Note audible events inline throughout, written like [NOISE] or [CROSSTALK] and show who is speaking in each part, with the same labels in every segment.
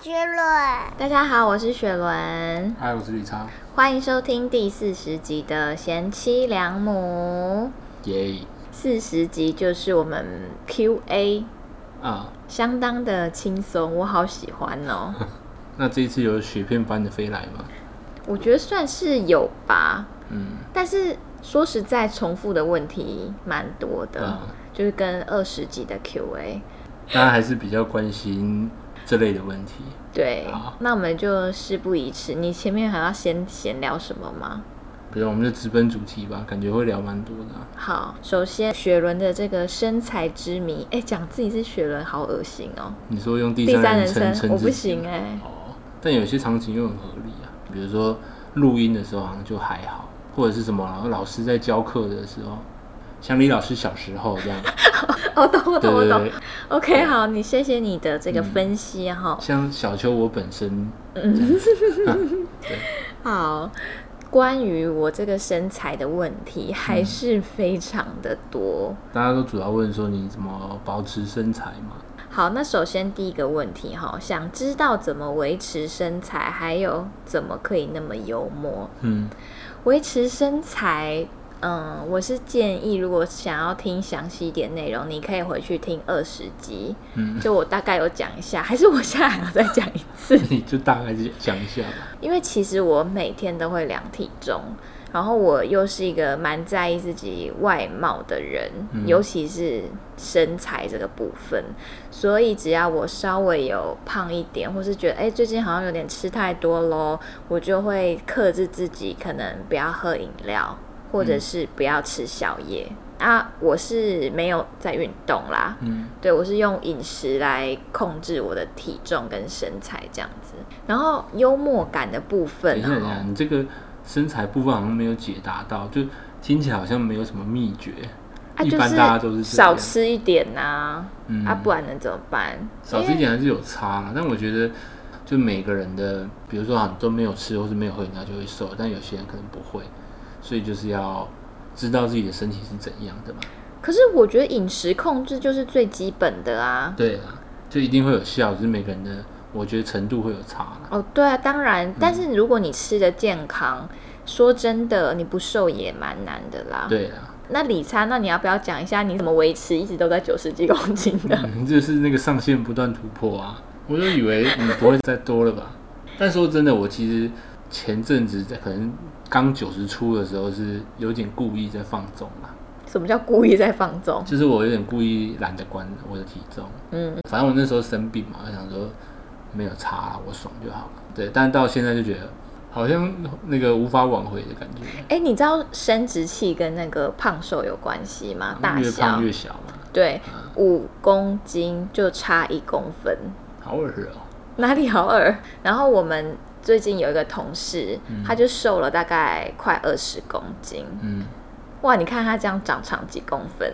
Speaker 1: 之论，
Speaker 2: 大家好，我是雪伦，
Speaker 3: 嗨，我是吕超，
Speaker 2: 欢迎收听第四十集的《贤妻良母
Speaker 3: 耶，》。
Speaker 2: 四十集就是我们 Q&A，
Speaker 3: 啊，
Speaker 2: 相当的轻松，我好喜欢哦。
Speaker 3: 那这一次有雪片般的飞来吗？
Speaker 2: 我觉得算是有吧，
Speaker 3: 嗯，
Speaker 2: 但是说实在，重复的问题蛮多的，
Speaker 3: 嗯
Speaker 2: 就是跟二十集的 Q&A。
Speaker 3: 大家还是比较关心这类的问题。
Speaker 2: 对
Speaker 3: 好，
Speaker 2: 那我们就事不宜迟，你前面还要先闲聊什么吗？
Speaker 3: 比如我们就直奔主题吧，感觉会聊蛮多的啊、
Speaker 2: 好，首先雪伦的这个身材之谜，哎，讲自己是雪伦，好恶心哦。
Speaker 3: 你说用第
Speaker 2: 第三
Speaker 3: 三
Speaker 2: 人
Speaker 3: 人称
Speaker 2: 称，
Speaker 3: 称
Speaker 2: 我
Speaker 3: 自
Speaker 2: 不
Speaker 3: 己
Speaker 2: 行哎、
Speaker 3: 哦，但有些场景又很合理啊，比如说录音的时候好像就还好，或者是什么，然后老师在教课的时候，像李老师小时候
Speaker 2: [LAUGHS]
Speaker 3: 这样，
Speaker 2: 哦，懂我
Speaker 3: 对
Speaker 2: 懂我
Speaker 3: 对
Speaker 2: 懂
Speaker 3: 对。，
Speaker 2: OK，好，你谢谢你的这个分析哈、
Speaker 3: 像小秋我本身，嗯
Speaker 2: 好，关于我这个身材的问题，还是非常的多。
Speaker 3: 大家都主要问说你怎么保持身材嘛，
Speaker 2: 好，那首先第一个问题哈，想知道怎么维持身材，还有怎么可以那么幽默？
Speaker 3: 嗯，
Speaker 2: 维持身材，嗯，我是建议，如果想要听详细一点内容，你可以回去听二十集，
Speaker 3: 嗯？
Speaker 2: 就我大概有讲一下，还是我现在还要再讲一次
Speaker 3: 你就大概讲一下吧。
Speaker 2: 因为其实我每天都会量体重，然后我又是一个蛮在意自己外貌的人，
Speaker 3: 嗯
Speaker 2: 尤其是身材这个部分，所以只要我稍微有胖一点，或是觉得哎、最近好像有点吃太多咯，我就会克制自己，可能不要喝饮料，或者是不要吃宵夜。啊，我是没有在运动啦，
Speaker 3: 嗯
Speaker 2: 对我是用饮食来控制我的体重跟身材这样子。然后幽默感的部
Speaker 3: 等
Speaker 2: 分
Speaker 3: 一下，等一下，
Speaker 2: 啊，
Speaker 3: 你这个身材部分好像没有解答到，就听起来好像没有什么秘诀。
Speaker 2: 啊
Speaker 3: 一
Speaker 2: 就
Speaker 3: 般大家都是这
Speaker 2: 少
Speaker 3: 样，
Speaker 2: 吃一点呐、
Speaker 3: 嗯
Speaker 2: 啊，不然能怎么办？
Speaker 3: 少吃一点还是有差啦。但我觉得，就每个人的，比如说很多没有吃或是没有喝饮料就会瘦，但有些人可能不会，所以就是要知道自己的身体是怎样的嘛。
Speaker 2: 可是我觉得饮食控制就是最基本的啊。
Speaker 3: 对啊，就一定会有效，只是每个人的，我觉得程度会有差啦。
Speaker 2: 哦，对啊，当
Speaker 3: 嗯
Speaker 2: 然，但是如果你吃的健康，说真的，你不瘦也蛮难的啦。
Speaker 3: 对啊，
Speaker 2: 那理查，那你要不要讲一下你怎么维持一直都在九十几公斤的？ [LAUGHS]
Speaker 3: 嗯，就是那个上限不断突破啊！我就以为你不会再多了吧？但说真的，我其实前阵子在可能刚九十出的时候是有点故意在放纵啦，
Speaker 2: 什么叫故意在放纵？
Speaker 3: 就是我有点故意懒得管我的体重。
Speaker 2: 嗯，
Speaker 3: 反正我那时候生病嘛，我想说没有差啦，我爽就好了。对，但到现在就觉得好像那个无法挽回的感觉，
Speaker 2: 哎、你知道生殖器跟那个胖瘦有关系吗？大
Speaker 3: 越
Speaker 2: 小
Speaker 3: 胖越小嘛，
Speaker 2: 对，五公斤就差一公分，
Speaker 3: 好恶哦、
Speaker 2: 哪里好耳？然后我们最近有一个同事，他就瘦了大概快二十公斤， [LAUGHS]
Speaker 3: 嗯，
Speaker 2: 哇！你看他这样长长几公分，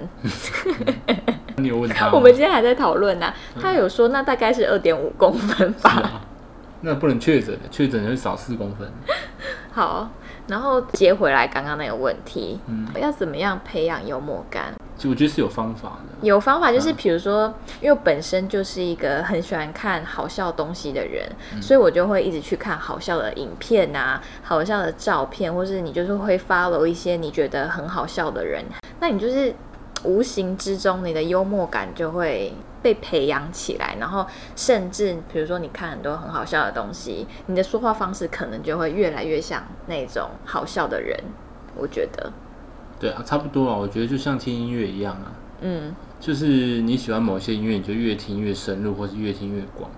Speaker 3: 你有问他吗？
Speaker 2: 我们今天还在讨论呢。啊
Speaker 3: 嗯
Speaker 2: 他有说那大概是二点五公分
Speaker 3: 啊
Speaker 2: 吧。
Speaker 3: [LAUGHS] 那不能确诊，确诊就少四公分。
Speaker 2: 好，然后接回来刚刚那个问题，
Speaker 3: 嗯
Speaker 2: 要怎么样培养幽默感？
Speaker 3: 其实我觉得是有方法的。
Speaker 2: 有方法，就是比如说，因为我本身就是一个很喜欢看好笑东西的人，所以我就会一直去看好笑的影片啊、好笑的照片，或是你就是会 follow 一些你觉得很好笑的人，那你就是无形之中你的幽默感就会。被培养起来，然后甚至比如说你看很多很好笑的东西，你的说话方式可能就会越来越像那种好笑的人。我觉得，
Speaker 3: 对啊，差不多啊。我觉得就像听音乐一样啊，
Speaker 2: 嗯，
Speaker 3: 就是你喜欢某些音乐，你就越听越深入，或是越听越广，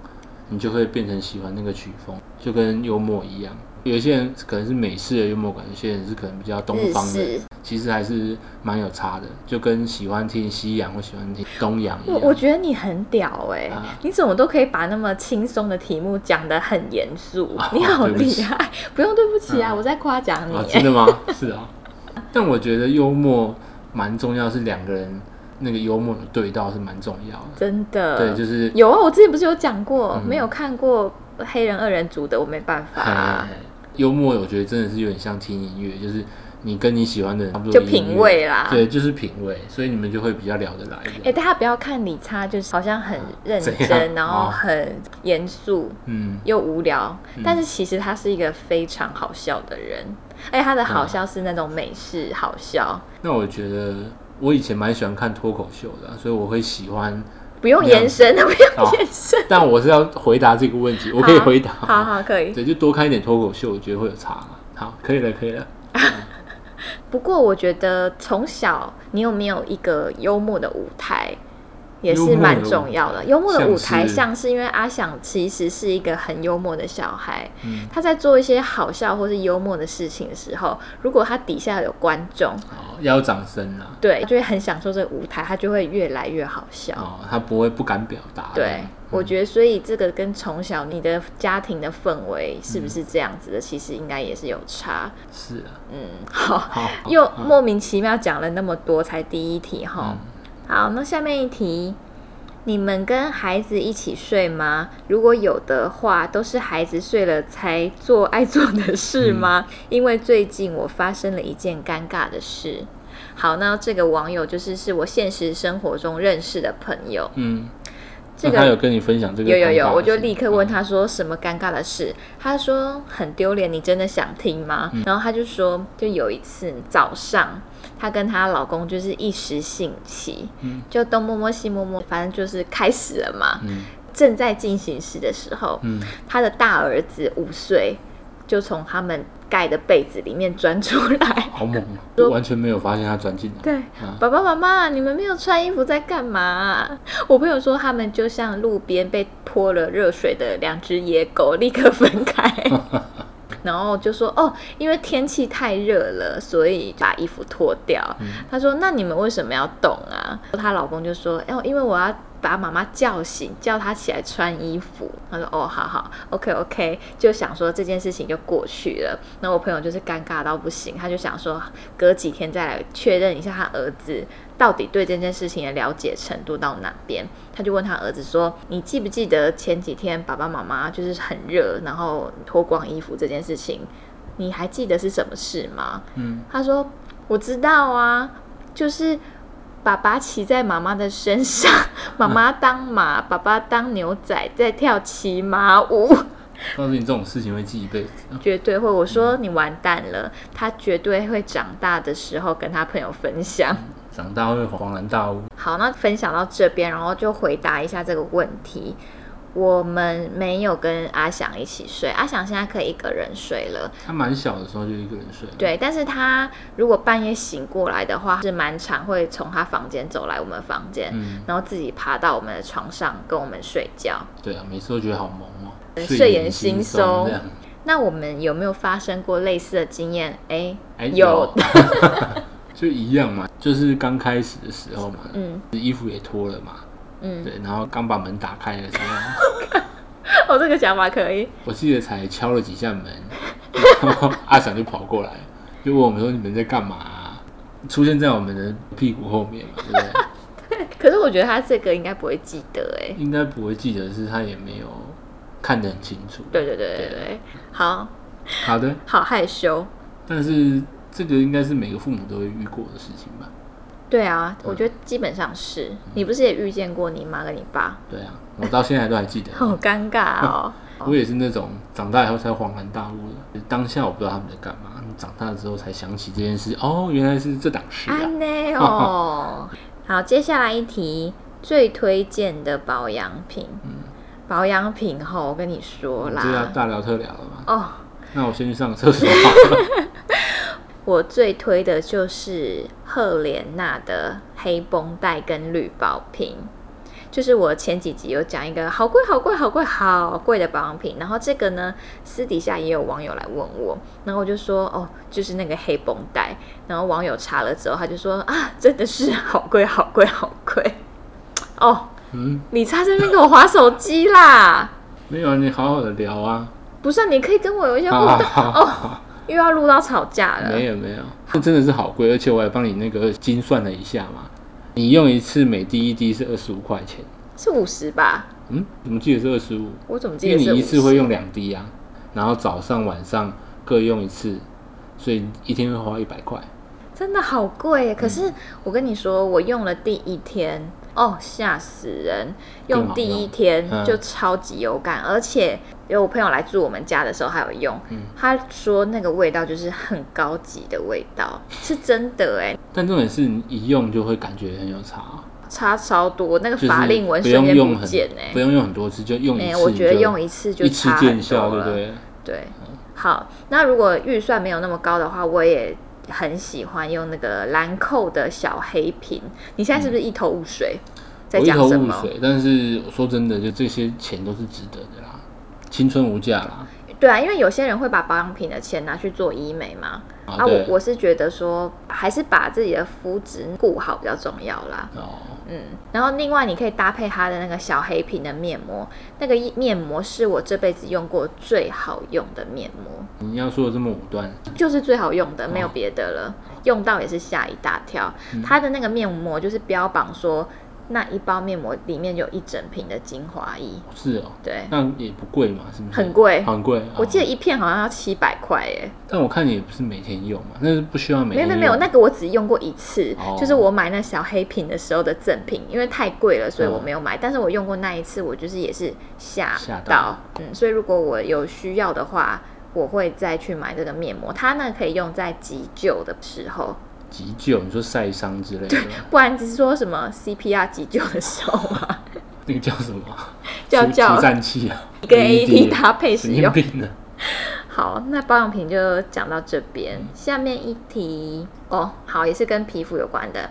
Speaker 3: 你就会变成喜欢那个曲风，就跟幽默一样。有些人可能是美式的幽默感，有些人是可能比较东
Speaker 2: 日
Speaker 3: 方的
Speaker 2: 式，
Speaker 3: 其实还是蛮有差的，就跟喜欢听西洋或喜欢听东洋一
Speaker 2: 我我
Speaker 3: 样。
Speaker 2: 觉得你很屌哎、
Speaker 3: 啊
Speaker 2: 你怎么都可以把那么轻松的题目讲得很严肃， [LAUGHS] 你好
Speaker 3: 哦对不
Speaker 2: 厉
Speaker 3: 起
Speaker 2: 害！不用对不起啊，我在夸奖你、
Speaker 3: 啊，
Speaker 2: 欸。
Speaker 3: 真
Speaker 2: [LAUGHS]
Speaker 3: 的吗？是啊，但我觉得幽默蛮重要，是两个人那个幽默的对到是蛮重要的。
Speaker 2: 真的，
Speaker 3: 对，就是嗯
Speaker 2: 有啊，我之前不是有讲过，没有看过黑人二人组的，我没办法、
Speaker 3: 哎，幽默，我觉得真的是有点像听音乐，就是你跟你喜欢的人差不多
Speaker 2: 就
Speaker 3: 音乐
Speaker 2: 品味啦
Speaker 3: 对，就是品味，所以你们就会比较聊得来一
Speaker 2: 哎，
Speaker 3: 点。
Speaker 2: 大家不要看理查，就是好像很认
Speaker 3: 怎样
Speaker 2: 真，然后
Speaker 3: 哦
Speaker 2: 很严肃
Speaker 3: 嗯，
Speaker 2: 又无聊，但是其实他是一个非常好笑的人，而且他的
Speaker 3: 嗯
Speaker 2: 好笑是那种美式好笑，
Speaker 3: 那我觉得我以前蛮喜欢看脱口秀的啊、所以我会喜欢。
Speaker 2: 不用
Speaker 3: 没有
Speaker 2: 延伸， [LAUGHS] 不
Speaker 3: 好
Speaker 2: 用延伸。
Speaker 3: 但我是要回答这个问题，我可以回答。
Speaker 2: 好好可以。
Speaker 3: 对，就多看一点脱口秀，我觉得会有差嘛。好，可以了，可以了。
Speaker 2: 不过我觉得从小你有没有一个幽默的舞台，也是蛮重要的。幽
Speaker 3: 幽
Speaker 2: 默
Speaker 3: 默
Speaker 2: 的
Speaker 3: 的
Speaker 2: 舞
Speaker 3: 舞台
Speaker 2: 台
Speaker 3: 像是
Speaker 2: 像是因为阿翔其实是一个很幽默的小孩，
Speaker 3: 嗯，
Speaker 2: 他在做一些好笑或是幽默的事情的时候，如果他底下有观众，
Speaker 3: 好，哦要有掌声啊啦。
Speaker 2: 对，就会很享受这个舞台，他就会越来越好笑。
Speaker 3: 哦，嗯他不会不敢表达。
Speaker 2: 对，我觉得所以这个跟从小你的家庭的氛围是不是这样子的，其实应该也是有差。
Speaker 3: 是啊。
Speaker 2: 嗯，好，
Speaker 3: 好，
Speaker 2: 又莫名其妙讲了那么多，才第一题哈
Speaker 3: 嗯。
Speaker 2: 好，那下面一题，你们跟孩子一起睡吗？如果有的话，都是孩子睡了才做爱做的事吗？
Speaker 3: 嗯
Speaker 2: 因为最近我发生了一件尴尬的事。好，那这个网友就是是我现实生活中认识的朋友，
Speaker 3: 嗯，
Speaker 2: 这
Speaker 3: 那他
Speaker 2: 个
Speaker 3: 有跟你分享这个
Speaker 2: 有有
Speaker 3: 尴尬
Speaker 2: 有，
Speaker 3: 的
Speaker 2: 我就
Speaker 3: 事
Speaker 2: 立刻问他说什么尴尬的事，他说很丢脸，你真的想听吗？
Speaker 3: 嗯
Speaker 2: 然后他就说，就有一次早上，她跟她老公就是一时兴起，
Speaker 3: 嗯
Speaker 2: 就东摸摸西摸摸，反正就是开始了嘛。
Speaker 3: 嗯
Speaker 2: 正在进行时的时候， [LAUGHS]
Speaker 3: 嗯，
Speaker 2: 他的大儿子五岁就从他们盖的被子里面钻出来，
Speaker 3: 好猛啊， [LAUGHS] 完全没有发现他钻进来。
Speaker 2: 对，
Speaker 3: 啊，
Speaker 2: 爸爸妈妈，你们没有穿衣服在干嘛啊、我朋友说他们就像路边被泼了热水的两只野狗，立刻分开。然后就说哦，因为天气太热了，所以把衣服脱掉。她说：“那你们为什么要动啊？”她老公就说：“哦，因为我要把妈妈叫醒，叫她起来穿衣服。”她说：“哦，好好，OK OK。”就想说这件事情就过去了。那我朋友就是尴尬到不行，他就想说隔几天再来确认一下他儿子到底对这件事情的了解程度到哪边。他就问他儿子说：“你记不记得前几天爸爸妈妈就是很热，然后脱光衣服这件事情？”你还记得是什么事吗？
Speaker 3: 嗯，
Speaker 2: 他说：“我知道啊，就是爸爸骑在妈妈的身上， [LAUGHS] 妈妈当马，爸爸当牛仔，在跳骑马舞。
Speaker 3: 告诉你这种事情会记一辈子。啊
Speaker 2: 绝对会。”我说：“你完蛋了，他绝对会长大的时候跟他朋友分享。”
Speaker 3: 长大会恍然大悟。
Speaker 2: 好，那分享到这边，然后就回答一下这个问题。我们没有跟阿翔一起睡，阿翔现在可以一个人睡了。
Speaker 3: 他蛮小的时候就一个人睡。，
Speaker 2: 对，但是他如果半夜醒过来的话，是蛮常会从他房间走来我们房间，
Speaker 3: 嗯，
Speaker 2: 然后自己爬到我们的床上跟我们睡觉。
Speaker 3: 对啊，每次都觉得好萌哦，
Speaker 2: 睡眼惺忪
Speaker 3: 这样。
Speaker 2: 那我们有没有发生过类似的经验？哎，
Speaker 3: 哎，
Speaker 2: [LAUGHS] 有，
Speaker 3: [LAUGHS] 就一样嘛，就是刚开始的时候嘛，
Speaker 2: 嗯
Speaker 3: 衣服也脱了嘛，
Speaker 2: [LAUGHS] 嗯，
Speaker 3: 对，然后刚把门打开的时
Speaker 2: [LAUGHS]
Speaker 3: 候，
Speaker 2: 我、哦这个想法可以。
Speaker 3: 我记得才敲了几下门，然后阿翔就跑过来，就问我们说你们在干嘛啊、出现在我们的屁股后面嘛，对不对？
Speaker 2: 可是我觉得他这个应该不会记得哎、
Speaker 3: 应该不会记得，是他也没有看得很清楚。
Speaker 2: 对对对对对，好
Speaker 3: 好的，
Speaker 2: 好害羞。
Speaker 3: 但是这个应该是每个父母都会遇过的事情吧？
Speaker 2: 对啊，
Speaker 3: 嗯
Speaker 2: 我觉得基本上是。你不是也遇见过你妈跟你爸？
Speaker 3: 对啊，我到现在都还记得。
Speaker 2: [LAUGHS] 好尴尬哦。
Speaker 3: 我也是那种长大以后才恍然大悟的，当下我不知道他们在干嘛，长大之后才想起这件事，哦，原来 [LAUGHS] 是这档事啊。
Speaker 2: 安内
Speaker 3: [LAUGHS]
Speaker 2: 哦。好，接下来一题，最推荐的保养品。
Speaker 3: 嗯
Speaker 2: 保养品吼，我跟你说
Speaker 3: 这要
Speaker 2: 啦，
Speaker 3: 大聊特聊了嘛？
Speaker 2: 哦，
Speaker 3: 那我先去上个
Speaker 2: [LAUGHS]
Speaker 3: 厕所啊好了。
Speaker 2: 我最推的就是赫莲娜的黑绷带跟绿宝瓶。就是我前几集有讲一个好贵好贵好贵好贵的保养品，然后这个呢私底下也有网友来问我，然后我就说哦，就是那个黑绷带，然后网友查了之后他就说啊，真的是好贵好贵好贵哦，
Speaker 3: 嗯，
Speaker 2: 你差这边给我划手机啦，
Speaker 3: 没有啊，你好好的聊啊。
Speaker 2: 不是你可以跟我有一些互
Speaker 3: 好好
Speaker 2: 动
Speaker 3: 啊好
Speaker 2: 哦，又要录到吵架了，
Speaker 3: 没有没有，这真的是好贵，而且我还帮你那个精算了一下嘛，你用一次每滴一滴是二十五块钱，
Speaker 2: 是五十吧？
Speaker 3: 嗯，怎么记得是二十五？
Speaker 2: 我怎么记
Speaker 3: 因为
Speaker 2: 得是
Speaker 3: 你一
Speaker 2: 五
Speaker 3: 次
Speaker 2: 十？
Speaker 3: 会用两滴啊，然后早上晚上各用一次，所以一天会花一百块。
Speaker 2: 真的好贵耶！
Speaker 3: 嗯
Speaker 2: 可是我跟你说，我用了第一天，哦，吓死人！
Speaker 3: 更好
Speaker 2: 用
Speaker 3: 用
Speaker 2: 第一天
Speaker 3: 嗯
Speaker 2: 就超级有感，而且有我朋友来住我们家的时候还有用，
Speaker 3: 嗯
Speaker 2: 他说那个味道就是很高级的味道，是真的哎，
Speaker 3: 但重点是你一用就会感觉很有差，啊
Speaker 2: 差超多，那个
Speaker 3: 就是
Speaker 2: 法令纹
Speaker 3: 不
Speaker 2: 瞬
Speaker 3: 用
Speaker 2: 间
Speaker 3: 用很
Speaker 2: 见
Speaker 3: 不
Speaker 2: 哎，
Speaker 3: 用用很多次，就用一
Speaker 2: 哎，
Speaker 3: 次。
Speaker 2: 我觉得
Speaker 3: 你就
Speaker 2: 用一次就
Speaker 3: 一次
Speaker 2: 差很
Speaker 3: 见效，
Speaker 2: 多
Speaker 3: 对不
Speaker 2: 了，
Speaker 3: 对？
Speaker 2: 对，好，那如果预算没有那么高的话，我也。很喜欢用那个兰蔻的小黑瓶，你现在是不是一头雾水？在
Speaker 3: 嗯我一
Speaker 2: 讲
Speaker 3: 头
Speaker 2: 什
Speaker 3: 雾
Speaker 2: 么？
Speaker 3: 水，但是我说真的，就这些钱都是值得的啦，青春无价啦。
Speaker 2: 对啊，因为有些人会把保养品的钱拿去做医美嘛。
Speaker 3: 啊，
Speaker 2: 啊，我
Speaker 3: 对，
Speaker 2: 我是觉得说，还是把自己的肤质顾好比较重要啦。
Speaker 3: 哦，
Speaker 2: 嗯，然后另外你可以搭配它的那个小黑瓶的面膜，那个面膜是我这辈子用过最好用的面膜，
Speaker 3: 你要说的这么武断，
Speaker 2: 就是最好用的，没
Speaker 3: 哦
Speaker 2: 有别的了。用到也是吓一大跳，
Speaker 3: 嗯
Speaker 2: 它的那个面膜就是标榜说那一包面膜里面有一整瓶的精华液，
Speaker 3: 是哦，
Speaker 2: 对，
Speaker 3: 那也不贵嘛，是不是？
Speaker 2: 很贵
Speaker 3: 很贵。
Speaker 2: 我记得
Speaker 3: 哦，
Speaker 2: 一片好像要七百块耶。
Speaker 3: 但我看你也不是每天用嘛，那是不需要
Speaker 2: 没
Speaker 3: 每天
Speaker 2: 有没
Speaker 3: 用。
Speaker 2: 有没有，那个我只用过一次，
Speaker 3: 哦
Speaker 2: 就是我买那小黑瓶的时候的赠品，因为太贵了，所
Speaker 3: 嗯
Speaker 2: 以我没有买。但是我用过那一次，我就是也是吓
Speaker 3: 吓到
Speaker 2: 到，嗯，所以如果我有需要的话，我会再去买这个面膜。它呢可以用在急救的时候，
Speaker 3: 急救，你说晒伤之类的吗，
Speaker 2: 不然只是说什么 CPR 急救的时候啊
Speaker 3: [LAUGHS]
Speaker 2: 嘛，
Speaker 3: 那个叫什么？
Speaker 2: [LAUGHS] 叫
Speaker 3: 除
Speaker 2: 叫
Speaker 3: 除战器啊，
Speaker 2: 跟 AED
Speaker 3: AED
Speaker 2: 搭配使
Speaker 3: 神经
Speaker 2: 用。
Speaker 3: 病啊呢？
Speaker 2: 好，那保养品就讲到这边。
Speaker 3: 嗯
Speaker 2: 下面一题哦，好，也是跟皮肤有关的。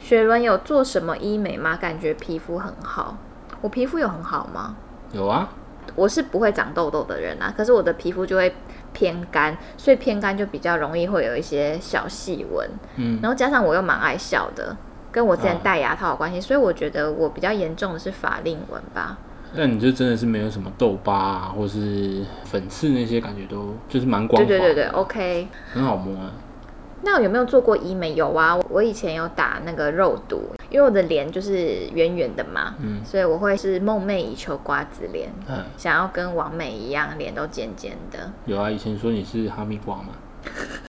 Speaker 2: 雪伦有做什么医美吗？感觉皮肤很好。我皮肤有很好吗？
Speaker 3: 有啊，
Speaker 2: 我是不会长痘痘的人啊，可是我的皮肤就会偏干，所以偏干就比较容易会有一些小细纹。
Speaker 3: 嗯，
Speaker 2: 然后加上我又蛮爱笑的，跟我之前
Speaker 3: 啊
Speaker 2: 戴牙套有关系，所以我觉得我比较严重的是法令纹吧。
Speaker 3: 那你就真的是没有什么痘疤啊，或是粉刺那些，感觉都就是蛮光
Speaker 2: 对
Speaker 3: 滑，
Speaker 2: 对对对，，OK。
Speaker 3: 很好摸啊。
Speaker 2: 那有没有做过医美？有啊，我以前有打那个肉毒，因为我的脸就是圆圆的嘛，
Speaker 3: 嗯
Speaker 2: 所以我会是梦寐以求瓜子脸，
Speaker 3: 嗯，
Speaker 2: 想要跟王美一样，脸都尖尖的。
Speaker 3: 有啊，以前说你是哈密瓜嘛，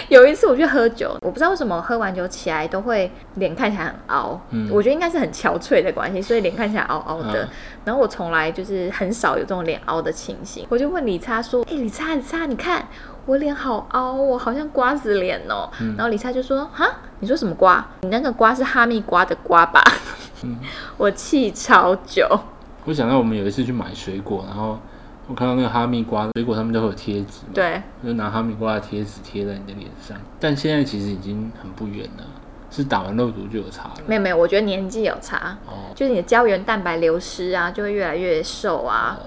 Speaker 2: 有一次我去喝酒，我不知道为什么我喝完酒起来都会脸看起来很凹，
Speaker 3: 嗯
Speaker 2: 我觉得应该是很憔悴的关系，所以脸看起来凹凹的。
Speaker 3: 嗯
Speaker 2: 然后我从来就是很少有这种脸凹的情形，我就问李叉说：“哎、李叉，李叉，你看我脸好凹哦，好像瓜子脸哦。
Speaker 3: 嗯
Speaker 2: 然后李叉就说：“哈，你说什么瓜？你那个瓜是哈密瓜的瓜
Speaker 3: [LAUGHS]
Speaker 2: 吧？”
Speaker 3: 嗯
Speaker 2: [LAUGHS] 我气超久。
Speaker 3: 我想到我们有一次去买水果，然后我看到那个哈密瓜水果上面都会有贴纸嘛，
Speaker 2: 对，
Speaker 3: 我就拿哈密瓜的贴纸贴在你的脸上。但现在其实已经很不远了，是打完肉毒就有差了。
Speaker 2: 没有没有，我觉得年纪有差，
Speaker 3: 哦，
Speaker 2: 就是你的胶原蛋白流失啊，就会越来越瘦啊。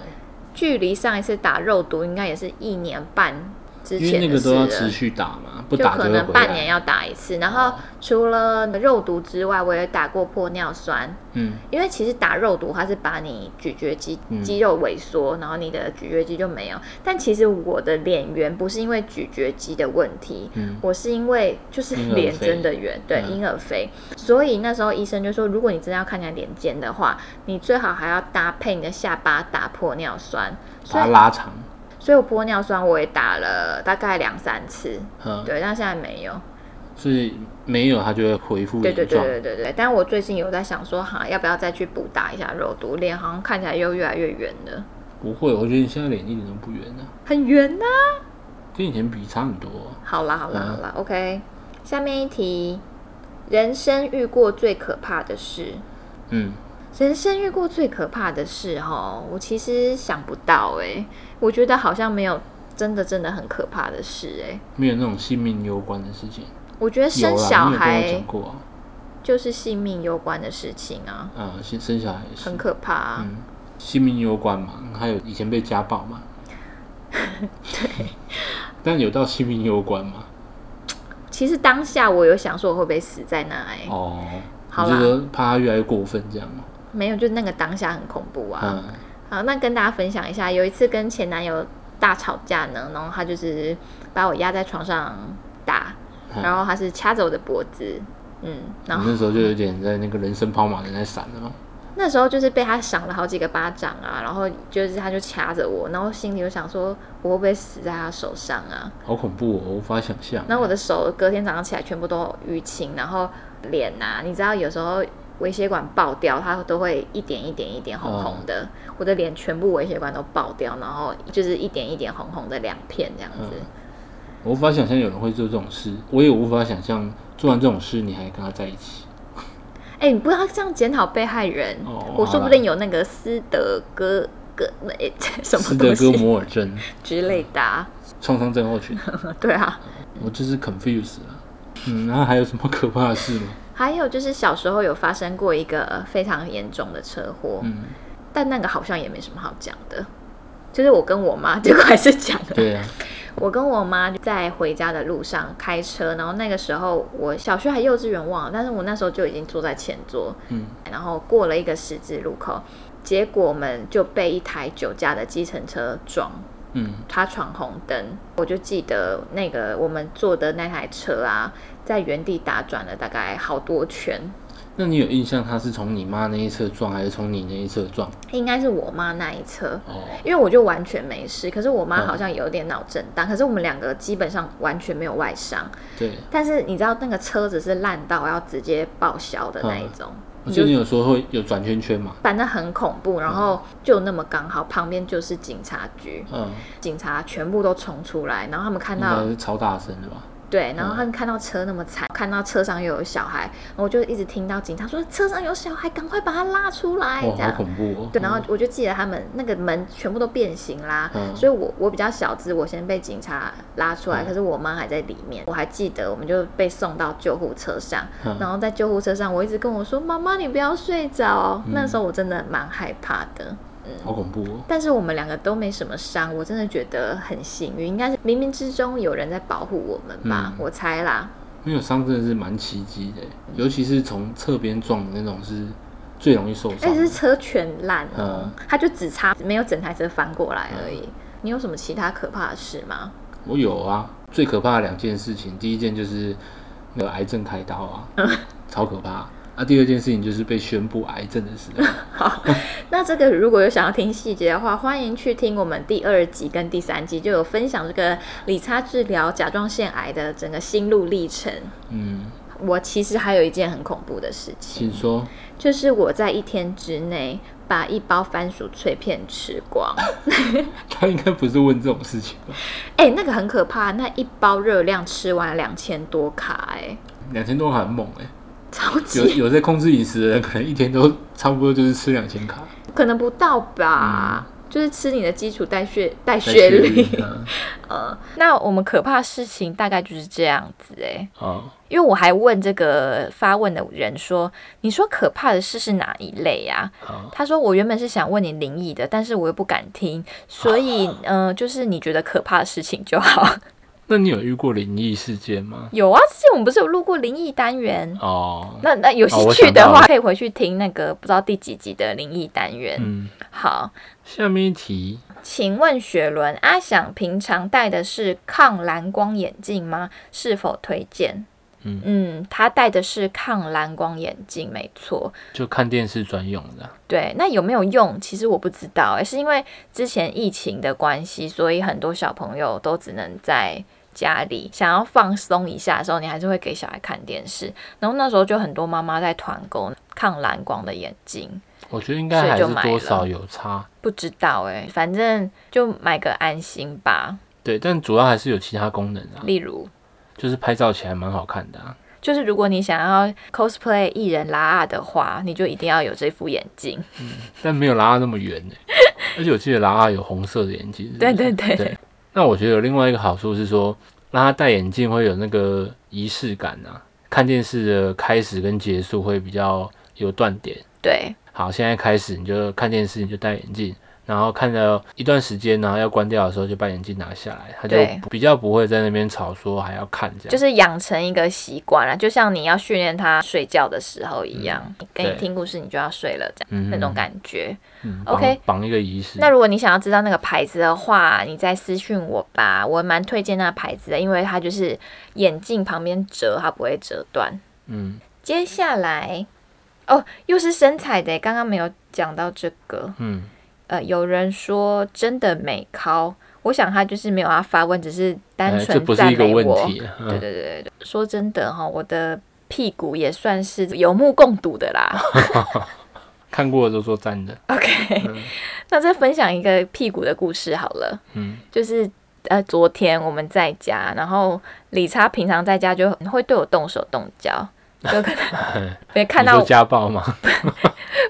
Speaker 2: 距离上一次打肉毒应该也是一年半之
Speaker 3: 因为
Speaker 2: 前
Speaker 3: 那
Speaker 2: 的
Speaker 3: 个
Speaker 2: 事
Speaker 3: 都要
Speaker 2: 了，
Speaker 3: 持续打嘛，不
Speaker 2: 就
Speaker 3: 打
Speaker 2: 可
Speaker 3: 会
Speaker 2: 能
Speaker 3: 回
Speaker 2: 半年
Speaker 3: 来。
Speaker 2: 要打一次。然后除了肉毒之外，我也打过玻尿酸，
Speaker 3: 嗯，
Speaker 2: 因为其实打肉毒它是把你咀嚼肌
Speaker 3: 嗯
Speaker 2: 肌肉萎缩，然后你的咀嚼肌就没有。但其实我的脸圆不是因为咀嚼肌的问题，
Speaker 3: 嗯
Speaker 2: 我是因为就是
Speaker 3: 婴儿
Speaker 2: 脸
Speaker 3: 肥
Speaker 2: 真的圆，对
Speaker 3: 嗯
Speaker 2: 婴儿肥，所以那时候医生就说，如果你真的要看起来脸尖的话，你最好还要搭配你的下巴打玻尿酸。所
Speaker 3: 把它
Speaker 2: 以，
Speaker 3: 拉长。
Speaker 2: 所以我玻尿酸我也打了大概两三次，
Speaker 3: 嗯，
Speaker 2: 对，但现在没有。
Speaker 3: 所以没有它就会恢复
Speaker 2: 对
Speaker 3: 原
Speaker 2: 对对
Speaker 3: 状。
Speaker 2: 对对对。但我最近有在想说，哈，要不要再去补打一下肉毒？脸好像看起来又越来越圆了，
Speaker 3: 不会，我觉得你现在脸一点都不圆啊，
Speaker 2: 很圆呐、
Speaker 3: 跟以前比差很多啊、
Speaker 2: 好啦好啦
Speaker 3: 嗯
Speaker 2: 好啦、o k 下面一题，人生遇过最可怕的事。
Speaker 3: 嗯，
Speaker 2: 人生遇过最可怕的事，哈，我其实想不到哎、我觉得好像没有真的真的很可怕的事哎、
Speaker 3: 没有那种性命攸关的事情。
Speaker 2: 我觉得
Speaker 3: 有
Speaker 2: 生
Speaker 3: 啦，
Speaker 2: 小
Speaker 3: 你有跟我
Speaker 2: 孩
Speaker 3: 讲过啊，
Speaker 2: 就是性命攸关的事情啊，
Speaker 3: 啊、生生小孩也是
Speaker 2: 很，可怕、啊。
Speaker 3: 嗯，性命攸关嘛，还有以前被家暴
Speaker 2: [LAUGHS]
Speaker 3: 嘛，对，但有到性命攸关嘛？
Speaker 2: 其实当下我有想说我会不会死在那哎、
Speaker 3: 哦，
Speaker 2: 好
Speaker 3: 你
Speaker 2: 啦
Speaker 3: 就说怕他越来越过分这样嘛？
Speaker 2: 没有，就那个当下很恐怖啊。
Speaker 3: 嗯，
Speaker 2: 好，那跟大家分享一下，有一次跟前男友大吵架呢，然后他就是把我压在床上打，
Speaker 3: 嗯
Speaker 2: 然后他是掐着我的脖子，嗯，然
Speaker 3: 你
Speaker 2: 后
Speaker 3: 那时候就有点在那个人生跑马灯在闪了嘛，
Speaker 2: 那时候就是被他赏了好几个巴掌啊，然后就是他就掐着我，然后心里就想说，我会不会死在他手上啊？
Speaker 3: 好恐怖哦，我无法想象。
Speaker 2: 然后我的手隔天早上起来全部都淤青，然后脸呐、你知道有时候微血管爆掉，它都会一点一点一点红红的，
Speaker 3: 哦
Speaker 2: 我的脸全部微血管都爆掉，然后就是一点一点红红的两片这样子。
Speaker 3: 嗯我无法想象有人会做这种事，我也无法想象做完这种事你还跟他在一起。
Speaker 2: 哎、你不要这样检讨被害人，
Speaker 3: 哦
Speaker 2: 我说不定有那个斯德哥哥诶、 [LAUGHS] 什
Speaker 3: 斯
Speaker 2: 么
Speaker 3: 德
Speaker 2: 东
Speaker 3: 哥
Speaker 2: 西
Speaker 3: 摩尔症、
Speaker 2: 之类的、啊， [LAUGHS]
Speaker 3: 创伤症候群，
Speaker 2: 对啊。
Speaker 3: 我就是 confused 了。嗯，然后还有什么可怕的事吗？
Speaker 2: 还有就是小时候有发生过一个非常严重的车祸，
Speaker 3: 嗯，
Speaker 2: 但那个好像也没什么好讲的，就是我跟我妈，结果还是讲了。
Speaker 3: 对啊，
Speaker 2: [LAUGHS] 我跟我妈在回家的路上开车，然后那个时候我小学还幼稚园忘了，但是我那时候就已经坐在前座，
Speaker 3: 嗯，
Speaker 2: 然后过了一个十字路口，结果我们就被一台酒驾的计程车撞，
Speaker 3: 嗯，
Speaker 2: 他闯红灯，我就记得那个我们坐的那台车啊，在原地打转了大概好多圈，
Speaker 3: 那你有印象他是从你妈那一侧撞，还是从你那一侧撞？
Speaker 2: 应该是我妈那一侧。
Speaker 3: 哦，
Speaker 2: 因为我就完全没事，可是我妈
Speaker 3: 嗯
Speaker 2: 好像有点脑震荡，可是我们两个基本上完全没有外伤，
Speaker 3: 对，
Speaker 2: 但是你知道那个车子是烂到要直接报销的那一种，
Speaker 3: 我记得你有说会有转圈圈嘛？
Speaker 2: 反正很恐怖。然后就那么刚好旁边就是警察局，
Speaker 3: 嗯，
Speaker 2: 警察全部都冲出来，然后他们看
Speaker 3: 应
Speaker 2: 到
Speaker 3: 该是超大声的吧？
Speaker 2: 对，然后他们看到车那么惨，看到车上又有小孩，然后我就一直听到警察说车上有小孩，赶快把他拉出来，
Speaker 3: 哇，
Speaker 2: 这
Speaker 3: 好
Speaker 2: 样。
Speaker 3: 恐怖哦！
Speaker 2: 对，然后我就记得他们那个门全部都变形啦，
Speaker 3: 嗯
Speaker 2: 所以我我比较小只，我先被警察拉出来，
Speaker 3: 嗯
Speaker 2: 可是我妈还在里面。我还记得，我们就被送到救护车上，
Speaker 3: 嗯
Speaker 2: 然后在救护车上，我一直跟我说：“妈妈，你不要睡着。
Speaker 3: 嗯
Speaker 2: 那时候我真的蛮害怕的。
Speaker 3: 好恐怖哦！
Speaker 2: 但是我们两个都没什么伤，我真的觉得很幸运，应该是冥冥之中有人在保护我们吧，
Speaker 3: 嗯
Speaker 2: 我猜啦。
Speaker 3: 没有伤真的是蛮奇迹的，尤其是从侧边撞的那种是最容易受
Speaker 2: 而
Speaker 3: 伤
Speaker 2: 且
Speaker 3: 的
Speaker 2: 是。哎车全烂哦
Speaker 3: 嗯，
Speaker 2: 他就只差没有整台车翻过来而已。你有什么其他可怕的事吗？
Speaker 3: 我有啊，最可怕的两件事情，第一件就是那个癌症开刀啊，
Speaker 2: 嗯
Speaker 3: 超可怕。啊，第二件事情就是被宣布癌症的时候，
Speaker 2: [LAUGHS] 那这个如果有想要听细节的话，欢迎去听我们第二集跟第三集，就有分享这个理查治疗甲状腺癌的整个心路历程。
Speaker 3: 嗯，
Speaker 2: 我其实还有一件很恐怖的事情，
Speaker 3: 请说，
Speaker 2: 就是我在一天之内把一包番薯脆片吃光。
Speaker 3: 他应该不是问这种事情吧？
Speaker 2: 哎、那个很可怕，那一包热量吃完两千多卡、哎，
Speaker 3: 两千多卡很猛哎、
Speaker 2: 超
Speaker 3: 有
Speaker 2: 级
Speaker 3: 有在控制饮食的人，可能一天都差不多就是吃两千卡，
Speaker 2: 可能不到
Speaker 3: 嗯
Speaker 2: 吧。就是吃你的基础代谢代
Speaker 3: 在
Speaker 2: 谢率，
Speaker 3: 运啊
Speaker 2: 嗯， [LAUGHS] 那我们可怕的事情大概就是这样子哎、
Speaker 3: 哦，
Speaker 2: 因为我还问这个发问的人说：“你说可怕的事是哪一类呀、
Speaker 3: 好
Speaker 2: 他说：“我原本是想问你灵异的，但是我又不敢听，所
Speaker 3: [LAUGHS]
Speaker 2: 以嗯、呃就是你觉得可怕的事情就好。 [LAUGHS]
Speaker 3: 那你有遇过灵异事件吗？
Speaker 2: 有啊，之前我们不是有录过灵异单元？
Speaker 3: 哦，
Speaker 2: 那那有
Speaker 3: 哦
Speaker 2: 兴
Speaker 3: 我
Speaker 2: 趣
Speaker 3: 想
Speaker 2: 的
Speaker 3: 到
Speaker 2: 话，
Speaker 3: 了
Speaker 2: 可以回去听那个不知道第几集的灵异单元。
Speaker 3: 嗯，
Speaker 2: 好，
Speaker 3: 下面一题，
Speaker 2: 请问雪伦，阿想平常戴的是抗蓝光眼镜吗？是否推荐？
Speaker 3: 嗯
Speaker 2: 他戴的是抗蓝光眼镜，没错。
Speaker 3: 就看电视专用的啊，
Speaker 2: 对，那有没有用？其实我不知道、欸，是因为之前疫情的关系，所以很多小朋友都只能在家里想要放松一下的时候，你还是会给小孩看电视。然后那时候就很多妈妈在团购抗蓝光的眼镜，
Speaker 3: 我觉得应该
Speaker 2: 所
Speaker 3: 还
Speaker 2: 以
Speaker 3: 是
Speaker 2: 就买了
Speaker 3: 多少有差。
Speaker 2: 不知道哎、反正就买个安心吧。
Speaker 3: 对，但主要还是有其他功能啊，
Speaker 2: 例如，
Speaker 3: 就是拍照起来蛮好看的、啊。
Speaker 2: 就是如果你想要 cosplay 艺人拉拉的话，你就一定要有这副眼镜。 [LAUGHS]
Speaker 3: 但没有拉拉那么圆呢、而且我记得拉拉有红色的眼镜。是不
Speaker 2: 对
Speaker 3: 是
Speaker 2: 对对，
Speaker 3: 对那我觉得有另外一个好处是说，拉拉戴眼镜会有那个仪式感啊，看电视的开始跟结束会比较有断点。
Speaker 2: 对
Speaker 3: 好，现在开始你就看电视，你就戴眼镜，然后看到一段时间，然后要关掉的时候就把眼镜拿下来，他就
Speaker 2: 对
Speaker 3: 比较不会在那边吵说还要看这样。
Speaker 2: 就是养成一个习惯啦，就像你要训练他睡觉的时候一样，
Speaker 3: 嗯
Speaker 2: 给你
Speaker 3: 对
Speaker 2: 听故事你就要睡了，这样、
Speaker 3: 嗯
Speaker 2: 那种感觉。
Speaker 3: 嗯
Speaker 2: OK
Speaker 3: 绑绑一个仪式。
Speaker 2: 那如果你想要知道那个牌子的话，你再私讯我吧，我蛮推荐那个牌子的，因为它就是眼镜旁边折，它不会折断。
Speaker 3: 嗯，
Speaker 2: 接下来哦，又是身材的，刚刚没有讲到这个。
Speaker 3: 嗯，
Speaker 2: 呃，有人说真的美高，我想他就是没有要发问，只是单
Speaker 3: 哎这
Speaker 2: 纯
Speaker 3: 不
Speaker 2: 赞
Speaker 3: 是一个
Speaker 2: 美
Speaker 3: 问
Speaker 2: 我。
Speaker 3: 题。嗯
Speaker 2: 对对对对，说真的哈、我的屁股也算是有目共睹的啦。 [LAUGHS]
Speaker 3: 看过的都说赞的。
Speaker 2: OK，、那再分享一个屁股的故事好了，
Speaker 3: 嗯
Speaker 2: 就是。呃，昨天我们在家，然后理查平常在家就很会对我动手动脚，就可
Speaker 3: [LAUGHS]
Speaker 2: 能别看
Speaker 3: 你
Speaker 2: 到
Speaker 3: 说家暴吗？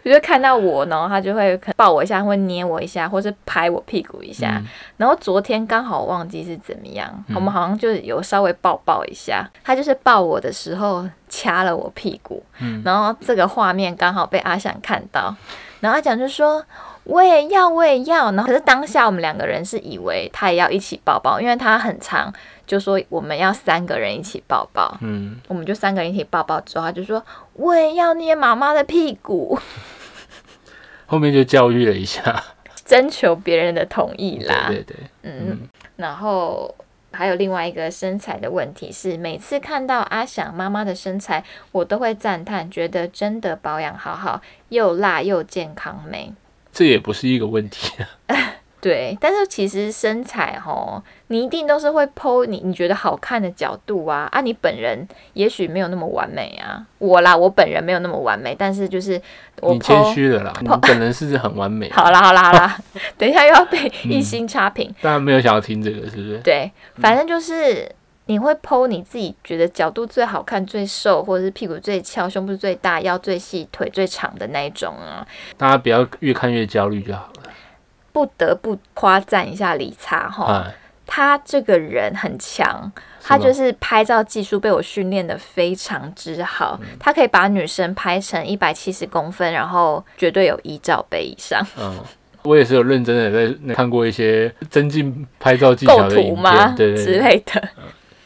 Speaker 2: 比如看到我，然后他就会可能抱我一下，会捏我一下，或是拍我屁股一下。
Speaker 3: 嗯
Speaker 2: 然后昨天刚好忘记是怎么样，我们好像就有稍微抱抱一下。他就是抱我的时候掐了我屁股，
Speaker 3: 嗯
Speaker 2: 然后这个画面刚好被阿翔看到，然后阿翔就说。我也要，我也要。然后，可是当下我们两个人是以为他也要一起抱抱，因为他很长，就说我们要三个人一起抱抱。
Speaker 3: 嗯，
Speaker 2: 我们就三个人一起抱抱之后，他就说我也要捏妈妈的屁股。 [LAUGHS]
Speaker 3: 后面就教育了一下。
Speaker 2: 征求别人的同意啦。
Speaker 3: 对对对，
Speaker 2: 嗯，然后还有另外一个身材的问题是，每次看到阿翔妈妈的身材，我都会赞叹，觉得真的保养好好，又辣又健康美。
Speaker 3: 这也不是一个问题。
Speaker 2: 对，但是其实身材吼，你一定都是会剖你你觉得好看的角度啊啊，你本人也许没有那么完美啊，我啦，我本人没有那么完美，但是就是我
Speaker 3: [LAUGHS] 你谦
Speaker 2: 剖，
Speaker 3: 虚了啦，你本人是很完美的，
Speaker 2: 好啦好啦好啦， [LAUGHS] 等一下又要被
Speaker 3: 嗯
Speaker 2: 一星差评，
Speaker 3: 大家没有想要听这个，是不是？
Speaker 2: 对，反正就是你会剖你自己觉得角度最好看、最瘦，或者是屁股最翘、胸部最大、腰最细、腿最长的那一种啊，
Speaker 3: 大家不要越看越焦虑就好了。
Speaker 2: 不得不夸赞一下理查哈，
Speaker 3: 哎，
Speaker 2: 他这个人很强。他就是拍照技术被我训练的非常之好，
Speaker 3: 嗯
Speaker 2: 他可以把女生拍成一百七十公分，然后绝对有一罩杯以上。
Speaker 3: 嗯，我也是有认真的在那看过一些增进拍照技巧
Speaker 2: 构
Speaker 3: 的
Speaker 2: 图
Speaker 3: 影
Speaker 2: 吗？
Speaker 3: 片，对
Speaker 2: 之
Speaker 3: 对对，
Speaker 2: 类的，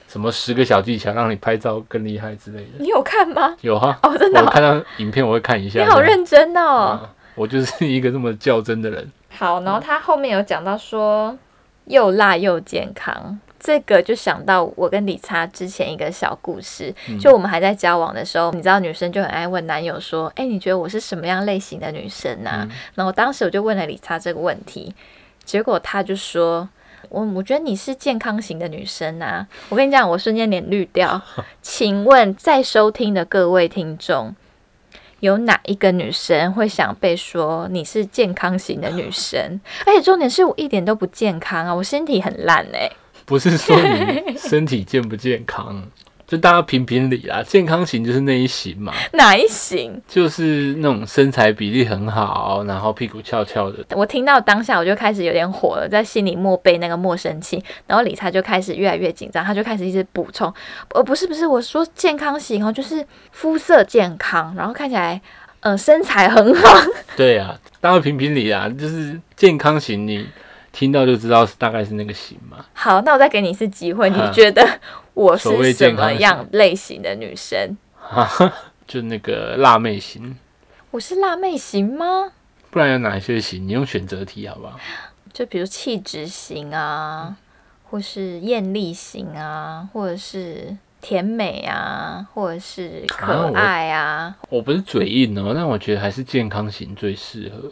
Speaker 3: 什么十个小技巧让你拍照更厉害之类的，
Speaker 2: 你有看吗？
Speaker 3: 有哈。
Speaker 2: 哦，真的
Speaker 3: 我
Speaker 2: 哦、
Speaker 3: 看到影片我会看一下。
Speaker 2: 你好
Speaker 3: 这样
Speaker 2: 认真哦。
Speaker 3: 啊我就是一个这么较真的人。
Speaker 2: 好，然后他后面有讲到说又辣又健康，这个就想到我跟理查之前一个小故事，就我们还在交往的时候，你知道女生就很爱问男友说，哎、你觉得我是什么样类型的女生呐、然后当时我就问了理查这个问题，结果他就说。我我觉得你是健康型的女生啊！我跟你讲，我瞬间脸绿掉。请问在收听的各位听众，有哪一个女生会想被说你是健康型的女生？而且重点是我一点都不健康啊，我身体很烂哎、
Speaker 3: 不是说你
Speaker 2: [LAUGHS]
Speaker 3: 身体健不健康，就大家评评理啦。健康型就是那一型嘛，
Speaker 2: 哪一型？
Speaker 3: 就是那种身材比例很好，然后屁股翘翘的。
Speaker 2: 我听到当下我就开始有点火了，在心里默背那个莫生气，然后理查就开始越来越紧张，他就开始一直补充，呃，不是不是，我说健康型哦，就是肤色健康，然后看起来。嗯、身材很好，
Speaker 3: 对啊，大家评评理啊，就是健康型，你听到就知道是大概是那个型嘛。
Speaker 2: 好，那我再给你一次机会，你
Speaker 3: 嗯
Speaker 2: 觉得我
Speaker 3: 所
Speaker 2: 是
Speaker 3: 谓
Speaker 2: 什
Speaker 3: 健
Speaker 2: 么
Speaker 3: 康型
Speaker 2: 样类型的女生？
Speaker 3: 哈哈，就那个辣妹型，
Speaker 2: 我是辣妹型吗？
Speaker 3: 不然有哪些型？你用选择题好不好？
Speaker 2: 就比如气质型
Speaker 3: 嗯
Speaker 2: 啊，或是艳丽型啊，或者是甜美啊，或者是可爱啊。
Speaker 3: 我不是嘴硬哦，但我觉得还是健康型最适合。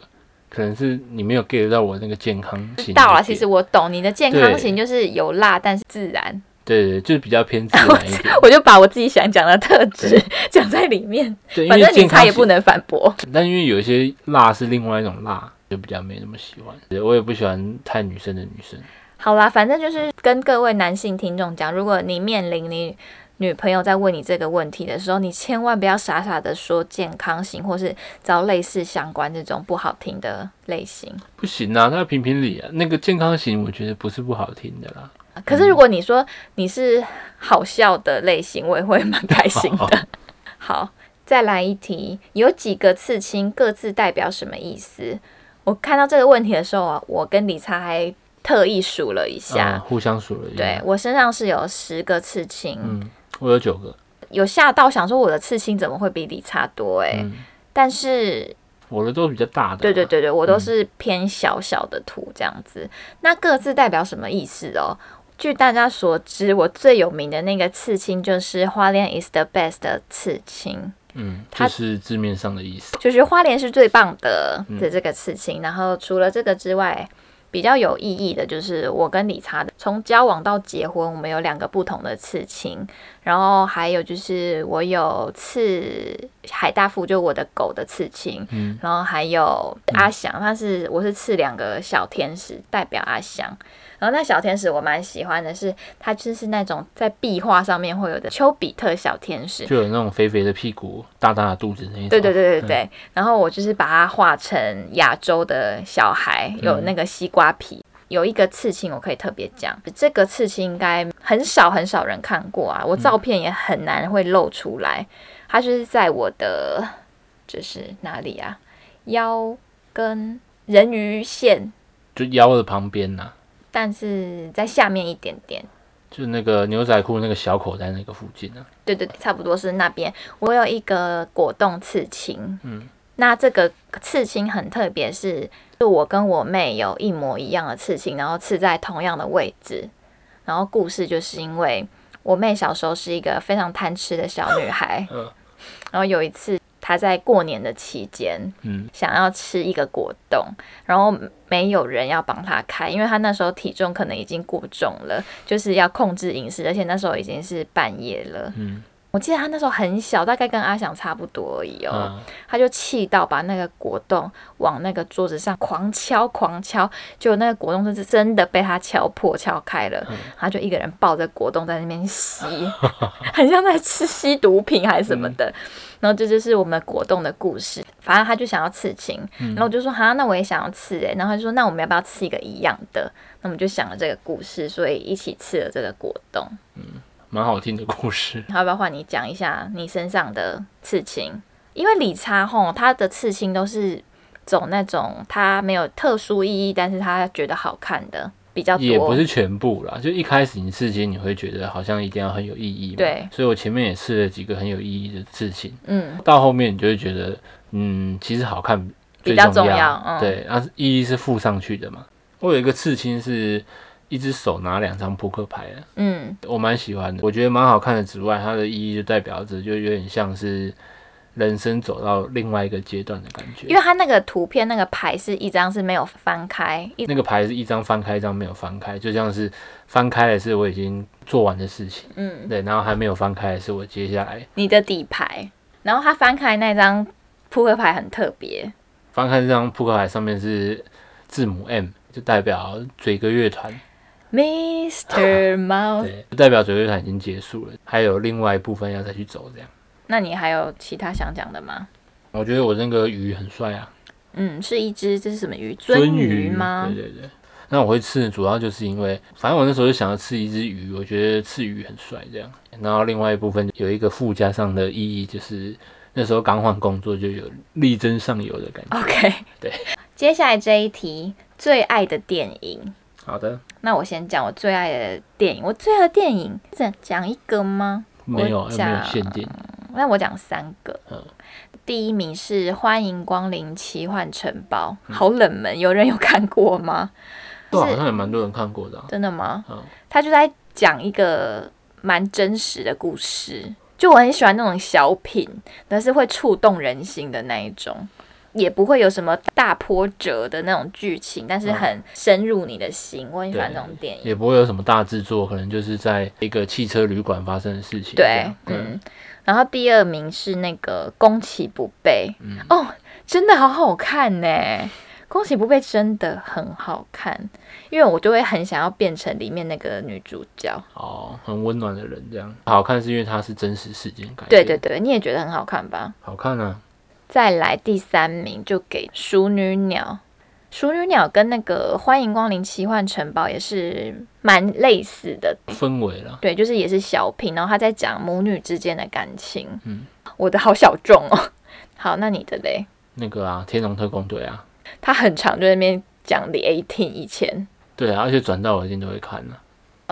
Speaker 3: 可能是你没有 get 到我那个健康型的点。
Speaker 2: 到了，其实我懂你的健康
Speaker 3: 对
Speaker 2: 型就是有辣，但是自然。
Speaker 3: 对对，对就是比较偏自然一点。
Speaker 2: [LAUGHS] 我就把我自己想讲的特质 [LAUGHS] 讲在里面，
Speaker 3: 对，因
Speaker 2: 反
Speaker 3: 为
Speaker 2: 正
Speaker 3: 健
Speaker 2: 你
Speaker 3: 康
Speaker 2: 他也
Speaker 3: 型
Speaker 2: 不能反驳。
Speaker 3: 但因为有一些辣是另外一种辣，就比较没那么喜欢。对我也不喜欢太女生的女生。
Speaker 2: 好啦，反正就是跟各位男性听众讲，如果你面临你女朋友在问你这个问题的时候，你千万不要傻傻的说健康型或是找类似相关这种不好听的类型。
Speaker 3: 不行啊，那评评理啊，那个健康型我觉得不是不好听的啦。
Speaker 2: 可是如果你说你是好笑的类型，我也会蛮开心 [LAUGHS]
Speaker 3: 哦
Speaker 2: 的。好，再来一题，有几个刺青各自代表什么意思？我看到这个问题的时候啊，我跟理查还特意数了一
Speaker 3: 啊，
Speaker 2: 下，
Speaker 3: 互相数了一
Speaker 2: 对
Speaker 3: 下，
Speaker 2: 我身上是有十个刺青，
Speaker 3: 嗯，我有九个，
Speaker 2: 有吓到想说我的刺青怎么会比理查多哎、
Speaker 3: 嗯，
Speaker 2: 但是
Speaker 3: 我的都比较大的。
Speaker 2: 对对，对对，我都是偏小小的图这样子。那各自代表什么意思哦？据大家所知，我最有名的那个刺青就是花莲 is the best 的刺青。
Speaker 3: 嗯，
Speaker 2: 它
Speaker 3: 就是字面上的意思。
Speaker 2: 就是花莲是最棒的的这个事情。然后除了这个之外，比较有意义的就是我跟理查的从交往到结婚，我们有两个不同的刺青，然后还有就是我有刺海大富，就我的狗的刺青，
Speaker 3: 嗯
Speaker 2: 然后还有阿翔，他是我是刺两个小天使代表阿翔。然后那小天使我蛮喜欢的是，它就是那种在壁画上面会有的丘比特小天使，
Speaker 3: 就有那种肥肥的屁股、大大的肚子那一种。
Speaker 2: 对对对对对。然后我就是把它画成亚洲的小孩，有那个西瓜皮。有一个刺青，我可以特别讲，这个刺青应该很少很少人看过啊，我照片也很难会露出来。它就是在我的，就是哪里啊，腰跟人鱼线，
Speaker 3: 就腰的旁边呐、
Speaker 2: 但是在下面一点点。
Speaker 3: 就那个牛仔裤那个小口袋那个附近啊。
Speaker 2: 对对，对差不多是那边。我有一个果冻刺青，
Speaker 3: 嗯，
Speaker 2: 那这个刺青很特别是，就我跟我妹有一模一样的刺青，然后刺在同样的位置。然后故事就是因为我妹小时候是一个非常贪吃的小女孩，
Speaker 3: 嗯
Speaker 2: 然后有一次她在过年的期间，
Speaker 3: 嗯，
Speaker 2: 想要吃一个果冻，然后没有人要帮他开，因为他那时候体重可能已经过重了，就是要控制饮食，而且那时候已经是半夜了。
Speaker 3: 嗯，
Speaker 2: 我记得他那时候很小，大概跟阿翔差不多而已哦。
Speaker 3: 啊，
Speaker 2: 他就气到把那个果冻往那个桌子上狂敲狂敲，结果那个果冻是真的被他敲破敲开了，他就一个人抱着果冻在那边吸，很像在吃吸毒品还是什么的。然后这就是我们果冻的故事。反正他就想要刺青，然后我就说哈，那我也想要刺哎、然后他就说那我们要不要刺一个一样的？那我们就想了这个故事，所以一起刺了这个果冻。
Speaker 3: 蛮好听的故事。
Speaker 2: 要不要换你讲一下你身上的刺青？因为理查吼，他的刺青都是走那种他没有特殊意义，但是他觉得好看的比较多。
Speaker 3: 也不是全部啦，就一开始你刺青，你会觉得好像一定要很有意义嘛。
Speaker 2: 对，
Speaker 3: 所以我前面也试了几个很有意义的刺青，
Speaker 2: 嗯，
Speaker 3: 到后面你就会觉得，嗯，其实好看最
Speaker 2: 比较
Speaker 3: 重
Speaker 2: 重要嗯
Speaker 3: 对，然后意义是附上去的嘛。我有一个刺青是一只手拿两张扑克牌的，
Speaker 2: 嗯
Speaker 3: 我蛮喜欢的，我觉得蛮好看的。之外，它的意义就代表着，就有点像是人生走到另外一个阶段的感觉
Speaker 2: 因。为他那个图片那个牌是一张是没有翻开，一
Speaker 3: 那个牌是一张翻开，一张没有翻开，就像是翻开的是我已经做完的事情，
Speaker 2: 嗯
Speaker 3: 对，然后还没有翻开的是我接下来
Speaker 2: 你的底牌，然后他翻开那张扑克牌很特别，
Speaker 3: 翻开这张扑克牌上面是字母 M，就代表嘴哥乐团，
Speaker 2: Mr. Mouse。
Speaker 3: 对，就代表嘴哥乐团已经结束了，还有另外一部分要再去走这样。
Speaker 2: 那你还有其他想讲的吗？
Speaker 3: 我觉得我那个鱼很帅啊，
Speaker 2: 嗯，是一只这是什么鱼？
Speaker 3: 鳟
Speaker 2: 鳟鱼吗？
Speaker 3: 对对对。那我会吃，主要就是因为，反正我那时候就想要吃一只鱼，我觉得吃鱼很帅这样。然后另外一部分有一个附加上的意义，就是那时候刚换工作就有力争上游的感觉。
Speaker 2: OK，
Speaker 3: 对。
Speaker 2: 接下来这一题，最爱的电影。
Speaker 3: 好的，
Speaker 2: 那我先讲我最爱的电影，我最爱的电影讲讲一个吗？
Speaker 3: 没有
Speaker 2: 我
Speaker 3: 没有
Speaker 2: 讲
Speaker 3: 限定，
Speaker 2: 那我讲三个。
Speaker 3: 嗯
Speaker 2: 第一名是《欢迎光临奇幻城堡》，好冷门，有人有看过吗？
Speaker 3: 这啊好像也蛮多人看过的、啊。
Speaker 2: 真的吗？
Speaker 3: 嗯
Speaker 2: 他就在讲一个蛮真实的故事，就我很喜欢那种小品，但是会触动人心的那一种，也不会有什么大波折的那种剧情，但
Speaker 3: 嗯
Speaker 2: 是很深入你的心。我很喜欢这种电影。
Speaker 3: 也不会有什么大制作，可能就是在一个汽车旅馆发生的事情这
Speaker 2: 对
Speaker 3: 样。，嗯，
Speaker 2: 嗯。然后第二名是那个宫崎不备，
Speaker 3: 嗯
Speaker 2: 哦，真的好好看呢。宫崎不备真的很好看，因为我就会很想要变成里面那个女主角。
Speaker 3: 哦，很温暖的人这样。好看是因为它是真实事件改
Speaker 2: 对
Speaker 3: 编，
Speaker 2: 对，对，你也觉得很好看吧？
Speaker 3: 好看啊。
Speaker 2: 再来第三名就给《熟女鸟》，《熟女鸟》跟那个《欢迎光临奇幻城堡》也是蛮类似的，
Speaker 3: 氛围啦，
Speaker 2: 对，就是也是小品，然后他在讲母女之间的感情。
Speaker 3: 嗯，
Speaker 2: 我的好小众哦。 [LAUGHS] 好，那你的嘞？
Speaker 3: 那个啊，《天龙特工队》啊，
Speaker 2: 他很长就在那边讲 The Eighteen 以前。
Speaker 3: 对啊，而且转到我一定都会看的、啊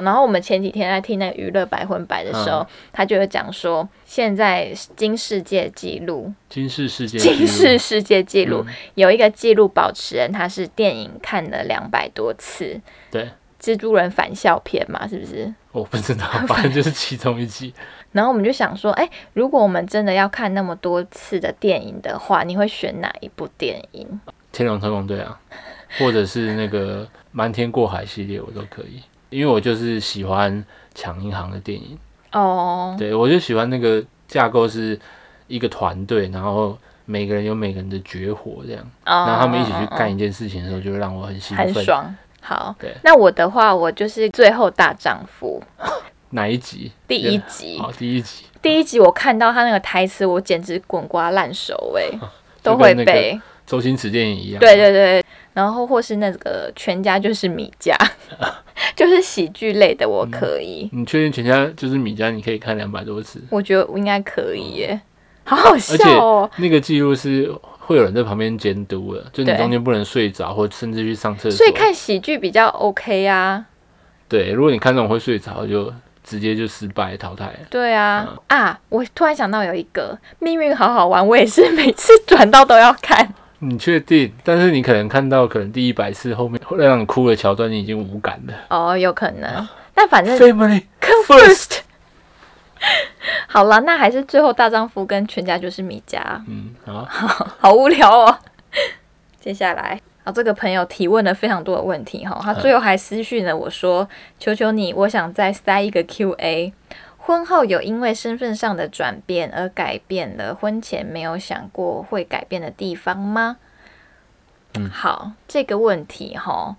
Speaker 2: 然后我们前几天在听那个娱乐百分百的时候，
Speaker 3: 嗯
Speaker 2: 他就有讲说，现在金世界纪录
Speaker 3: 金氏世界纪录，嗯
Speaker 2: 金氏世界纪录、有一个纪录保持人，他是电影看了两百多次。
Speaker 3: 对，
Speaker 2: 蜘蛛人返校篇嘛，是不是？
Speaker 3: 我不知道，反正就是其中一集。
Speaker 2: 然后我们就想说，哎，如果我们真的要看那么多次的电影的话，你会选哪一部电影？
Speaker 3: 天龙特工队啊，或者是那个瞒天过海系列，我都可以，因为我就是喜欢抢银行的电影。
Speaker 2: 哦，
Speaker 3: 对我就喜欢那个架构是一个团队，然后每个人有每个人的绝活这样，然后他们一起
Speaker 2: 嗯
Speaker 3: 去干一件事情的时候，就会让我很兴
Speaker 2: 哦很
Speaker 3: 奋。
Speaker 2: 爽。好
Speaker 3: 对，
Speaker 2: 那我的话，我就是最后大丈夫
Speaker 3: 哪一集？
Speaker 2: 第一集。
Speaker 3: 好，第一集
Speaker 2: 第一集我看到他那个台词，我简直滚瓜烂熟哎、都
Speaker 3: 啊就
Speaker 2: 会
Speaker 3: 跟那个
Speaker 2: 背。
Speaker 3: 周星驰电影一样。
Speaker 2: 对对对，然后或是那个全家就是米家， [LAUGHS] 就是喜剧类的我可以，
Speaker 3: 你确定全家就是米家，你可以看两百多次，
Speaker 2: 我觉得我应该可以耶，好好
Speaker 3: 而且
Speaker 2: 笑哦。
Speaker 3: 那个记录是会有人在旁边监督的，就你
Speaker 2: 对
Speaker 3: 中间不能睡着，或甚至去上厕所。
Speaker 2: 所以看喜剧比较 OK 啊，
Speaker 3: 对，如果你看这种会睡着，就直接就失败淘汰了。
Speaker 2: 对
Speaker 3: 嗯
Speaker 2: 啊、啊！我突然想到有一个《命运好好玩》，我也是每次转到都要看。 [LAUGHS]
Speaker 3: 你确定？但是你可能看到可能第一百次后面会让你哭的桥段，你已经无感了。
Speaker 2: 哦，有可能。但反正
Speaker 3: Family
Speaker 2: 嗯 first，好了，那还是最后大丈夫跟全家就是米家，
Speaker 3: 嗯啊，
Speaker 2: 好无聊哦。 [LAUGHS] 接下来啊、这个朋友提问了非常多的问题哈、他
Speaker 3: 嗯
Speaker 2: 最后还私讯了我说：“求求你，我想再塞一个 Q&A。”婚后有因为身份上的转变而改变了婚前没有想过会改变的地方吗？
Speaker 3: 嗯
Speaker 2: 好，这个问题哈，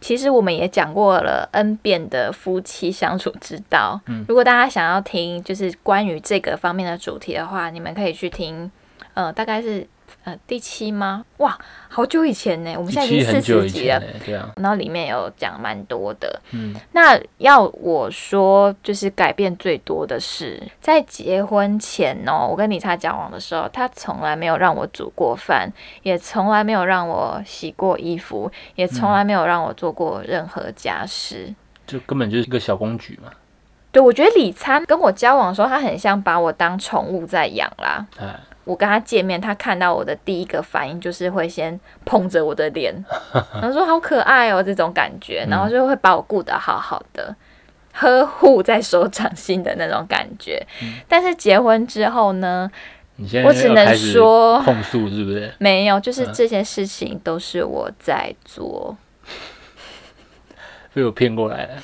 Speaker 2: 其实我们也讲过了 N 遍的夫妻相处之道。
Speaker 3: 嗯
Speaker 2: 如果大家想要听就是关于这个方面的主题的话，你们可以去听，呃，大概是呃第七吗？哇，好久以前呢，我们
Speaker 3: 第
Speaker 2: 现在已
Speaker 3: 七
Speaker 2: 经四
Speaker 3: 很久
Speaker 2: 十
Speaker 3: 以
Speaker 2: 集
Speaker 3: 前
Speaker 2: 了
Speaker 3: 呢、。对啊，
Speaker 2: 然后里面有讲蛮多的，
Speaker 3: 嗯，
Speaker 2: 那要我说，就是改变最多的是在结婚前哦，我跟理查交往的时候，他从来没有让我煮过饭，也从来没有让我洗过衣服，也从来没有让我做过任何家事。
Speaker 3: 就根本就是一个小公举嘛。
Speaker 2: 对，我觉得理查跟我交往的时候，他很像把我当宠物在养啦。
Speaker 3: 哎，
Speaker 2: 我跟他见面，他看到我的第一个反应就是会先碰着我的
Speaker 3: [LAUGHS]
Speaker 2: 脸，然后说好可爱哦这种感觉，
Speaker 3: 嗯
Speaker 2: 然后就会把我顾得好好的，呵护在手掌心的那种感觉。但是结婚之后呢，
Speaker 3: 你嗯现在
Speaker 2: 我只
Speaker 3: 要
Speaker 2: 能
Speaker 3: 开始
Speaker 2: 说
Speaker 3: 控诉是不是？
Speaker 2: 没有，就是
Speaker 3: 嗯
Speaker 2: 这些事情都是我在做，
Speaker 3: 被我骗过来了。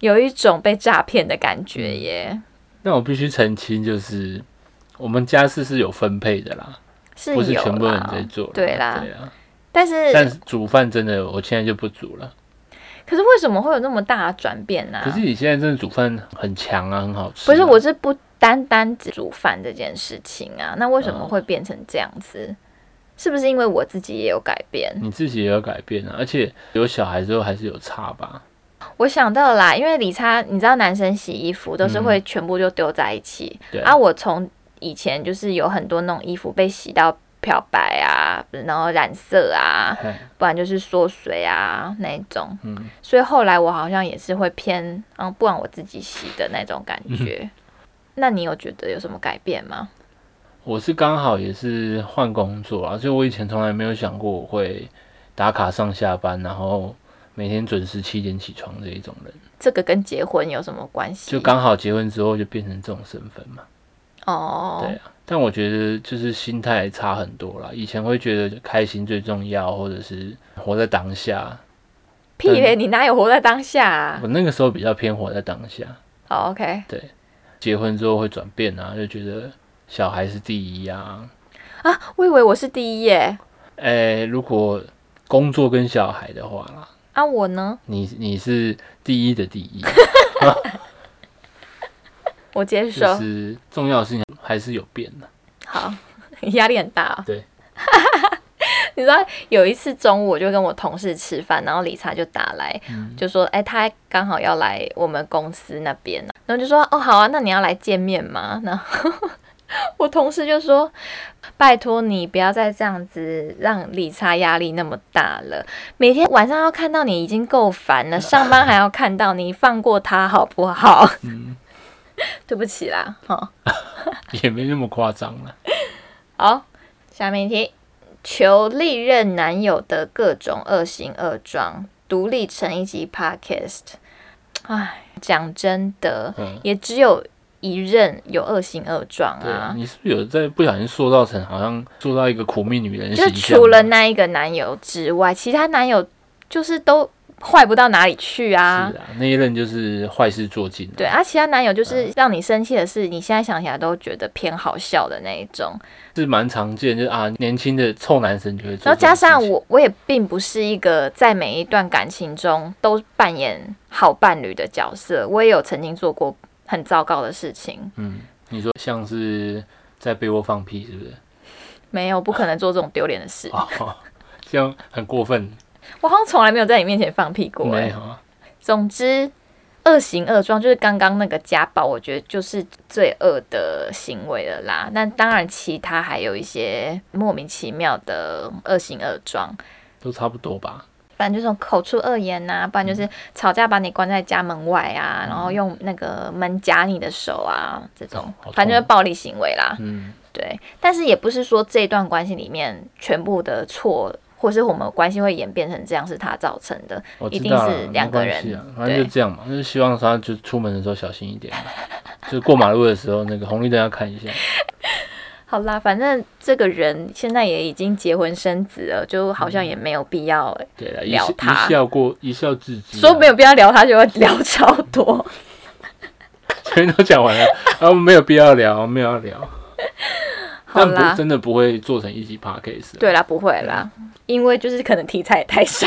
Speaker 2: 有一种被诈骗的感觉
Speaker 3: 嗯
Speaker 2: 耶。
Speaker 3: 那我必须澄清，就是我们家事是有分配的啦，
Speaker 2: 是
Speaker 3: 不是
Speaker 2: 有
Speaker 3: 全部人
Speaker 2: 啦
Speaker 3: 在做啦。
Speaker 2: 对啦
Speaker 3: 对啊。
Speaker 2: 但是
Speaker 3: 但是煮饭真的，我现在就不煮了。
Speaker 2: 可是为什么会有那么大的转变呢、
Speaker 3: 可是你现在真的煮饭很强啊，很好吃啊、
Speaker 2: 啊不是，我是不单单只煮饭这件事情啊，那为什
Speaker 3: 嗯
Speaker 2: 么会变成这样子？是不是因为我自己也有改变？
Speaker 3: 你自己也要改变啊，而且有小孩之后还是有差吧？
Speaker 2: 我想到啦，因为理查，你知道男生洗衣服都是会全部就丢在一起，
Speaker 3: 嗯对
Speaker 2: 啊，我从以前就是有很多那种衣服被洗到漂白啊，然后染色啊，
Speaker 3: 嘿
Speaker 2: 不然就是缩水啊那一种，
Speaker 3: 嗯
Speaker 2: 所以后来我好像也是会偏，嗯，不然我自己洗的那种
Speaker 3: 嗯
Speaker 2: 感觉。那你有觉得有什么改变吗？
Speaker 3: 我是刚好也是换工作啊，所以我以前从来没有想过我会打卡上下班，然后每天准时七点起床这一种人，
Speaker 2: 这个跟结婚有什么关系？
Speaker 3: 就刚好结婚之后就变成这种身份嘛。
Speaker 2: 哦，
Speaker 3: 对啊，但我觉得就是心态差很多啦。以前会觉得开心最重要，或者是活在当下。
Speaker 2: 屁嘞，你哪有活在当下啊、
Speaker 3: 我那个时候比较偏活在当下。
Speaker 2: 哦，OK，
Speaker 3: 结婚之后会转变啊，就觉得小孩是第一啊。
Speaker 2: 啊，我以为我是第一耶，
Speaker 3: 诶、如果工作跟小孩的话啦，
Speaker 2: 啊，我呢，
Speaker 3: 你你是第一的第一，
Speaker 2: 我接受，
Speaker 3: 就是重要的事情还是有变的、
Speaker 2: 好， [LAUGHS] 压力很大、啊。
Speaker 3: 对，
Speaker 2: [LAUGHS] 你知道有一次中午我就跟我同事吃饭，然后理查就打来，就说：“哎、他刚好要来我们公司那边、然后就说：“哦，好啊，那你要来见面吗？” [LAUGHS] 然后我同事就说：“拜托你不要再这样子让理查压力那么大了，每天晚上要看到你已经够烦了，上班还要看到你，放过他好不好？” [LAUGHS] 对不起啦，哈、
Speaker 3: 嗯也没那么夸张了。
Speaker 2: 好，下面一题，求历任男友的各种恶行恶状，独立成一集 podcast。唉，讲真的，
Speaker 3: 嗯
Speaker 2: 也只有一任有恶行恶状
Speaker 3: 对
Speaker 2: [LAUGHS]
Speaker 3: 啊
Speaker 2: 啊，。
Speaker 3: 你是不是有在不小心塑造成好像塑造一个苦命女人的
Speaker 2: 就
Speaker 3: 形象啊？
Speaker 2: 除了那一个男友之外，其他男友就是都坏不到哪里去啊。
Speaker 3: 是啊，那一任就是坏事做尽了。
Speaker 2: 对啊，其他男友
Speaker 3: 嗯
Speaker 2: 就是让你生气的事，你现在想起来都觉得偏好笑的那一种。
Speaker 3: 是蛮常见，就是啊，年轻的臭男生就会做这种事情。
Speaker 2: 然后加上我，我也并不是一个在每一段感情中都扮演好伴侣的角色，我也有曾经做过很糟糕的事情，
Speaker 3: 嗯，你说像是在被窝放屁是不是？ [LAUGHS]
Speaker 2: 没有不可能做这种丢脸的事。
Speaker 3: 哦，这样很过分，
Speaker 2: 我好像从来没有在你面前放屁过、
Speaker 3: 没
Speaker 2: 欸。
Speaker 3: 有啊？
Speaker 2: 总之，恶行恶状就是刚刚那个家暴，我觉得就是最恶的行为了啦。那当然，其他还有一些莫名其妙的恶行恶状。
Speaker 3: 都差不多吧。
Speaker 2: 不然就是那种口出恶言呐、不然
Speaker 3: 嗯
Speaker 2: 就是吵架把你关在家门外啊，然后用那个门夹你的手啊，这种
Speaker 3: 哦好痛
Speaker 2: 反正就是暴力行为啦。
Speaker 3: 嗯，
Speaker 2: 对，但是也不是说这段关系里面全部的错，或是我们关系会演变成这样是他造成的，
Speaker 3: 我
Speaker 2: 一
Speaker 3: 哦知
Speaker 2: 定
Speaker 3: 道
Speaker 2: 是
Speaker 3: 了，
Speaker 2: 两
Speaker 3: 没
Speaker 2: 个
Speaker 3: 关
Speaker 2: 人
Speaker 3: 系啊，反正
Speaker 2: 对
Speaker 3: 就这样嘛，就是希望他就出门的时候小心一点， [LAUGHS] 就是过马路的时候那个红绿灯要看一下。
Speaker 2: 好啦，反正这个人现在也已经结婚生子了，就好像也没有必要、
Speaker 3: 对啊了，一
Speaker 2: 聊
Speaker 3: 笑
Speaker 2: 他
Speaker 3: 一笑过一笑置之啊，
Speaker 2: 说没
Speaker 3: [LAUGHS]
Speaker 2: 有必要聊他，就会聊超多。
Speaker 3: 前面都讲完了，然后没有必要聊，没有要聊，
Speaker 2: 好
Speaker 3: 但
Speaker 2: 啦
Speaker 3: 不，真的不会做成一集 podcast 啊。
Speaker 2: 对啦，不会啦，因为就是可能题材也太少。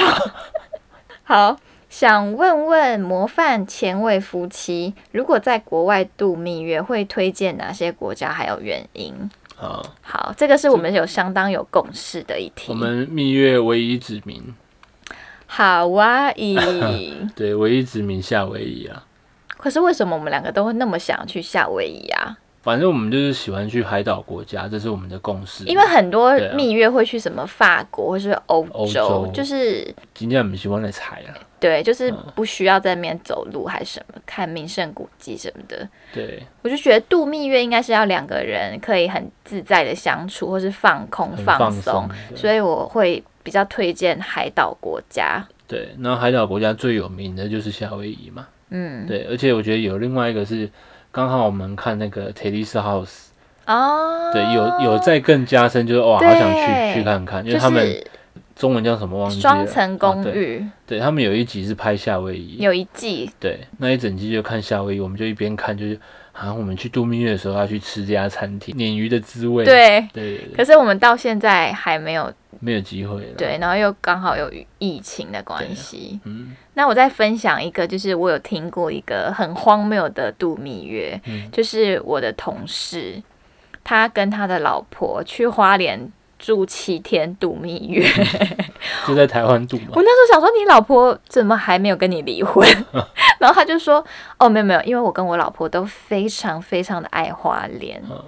Speaker 2: [LAUGHS] 好，想问问模范前卫夫妻，如果在国外度蜜月，会推荐哪些国家？还有原因？
Speaker 3: 啊，
Speaker 2: 好，这个是我们有相当有共识的一题
Speaker 3: 我。们蜜月唯一指名，
Speaker 2: 夏威夷，
Speaker 3: 对，唯一指名夏威夷啊。
Speaker 2: [LAUGHS] 可是为什么我们两个都会那么想去夏威夷啊？
Speaker 3: 反正我们就是喜欢去海岛国家，这是我们的共识。
Speaker 2: 因为很多
Speaker 3: 对啊
Speaker 2: 蜜月会去什么法国或是欧
Speaker 3: 欧
Speaker 2: 洲
Speaker 3: 洲，
Speaker 2: 就是
Speaker 3: 今天我们喜欢来踩啊，
Speaker 2: 对，就是不需要在那边走路还是什么，看名胜古迹什么的。
Speaker 3: 对，
Speaker 2: 我就觉得度蜜月应该是要两个人可以很自在的相处，或是放空
Speaker 3: 很
Speaker 2: 放
Speaker 3: 放
Speaker 2: 松
Speaker 3: 松，。对
Speaker 2: 所以我会比较推荐海岛国家。
Speaker 3: 对，然后海岛国家最有名的就是夏威夷嘛。
Speaker 2: 嗯，
Speaker 3: 对，而且我觉得有另外一个是，刚好我们看那个 Terrace House，
Speaker 2: 哦，
Speaker 3: 对，有有再更加深，就是哇，好
Speaker 2: 对
Speaker 3: 想去去看看，因为
Speaker 2: 就
Speaker 3: 他们
Speaker 2: 是
Speaker 3: 中文叫什么忘记了。
Speaker 2: 双层公
Speaker 3: 啊对
Speaker 2: 寓，
Speaker 3: 对他们有一集是拍夏威夷，
Speaker 2: 有一季
Speaker 3: 对，那一整集就看夏威夷，我们就一边看就是，好像我们去度蜜月的时候要去吃这家餐厅，鲶鱼的滋味。
Speaker 2: 对。
Speaker 3: 对对对，
Speaker 2: 可是我们到现在还没有
Speaker 3: 没有机会了。
Speaker 2: 对，然后又刚好有疫情的关系，
Speaker 3: 嗯，
Speaker 2: 那我再分享一个，就是我有听过一个很荒谬的度蜜月，
Speaker 3: 嗯
Speaker 2: 就是我的同事，他跟他的老婆去花莲住七天度蜜月。
Speaker 3: 就在台湾度嘛
Speaker 2: 我。那时候想说，你老婆怎么还没有跟你离
Speaker 3: [LAUGHS]
Speaker 2: 婚？然后他就说，哦，没有没有，因为我跟我老婆都非常非常的爱花莲，
Speaker 3: 嗯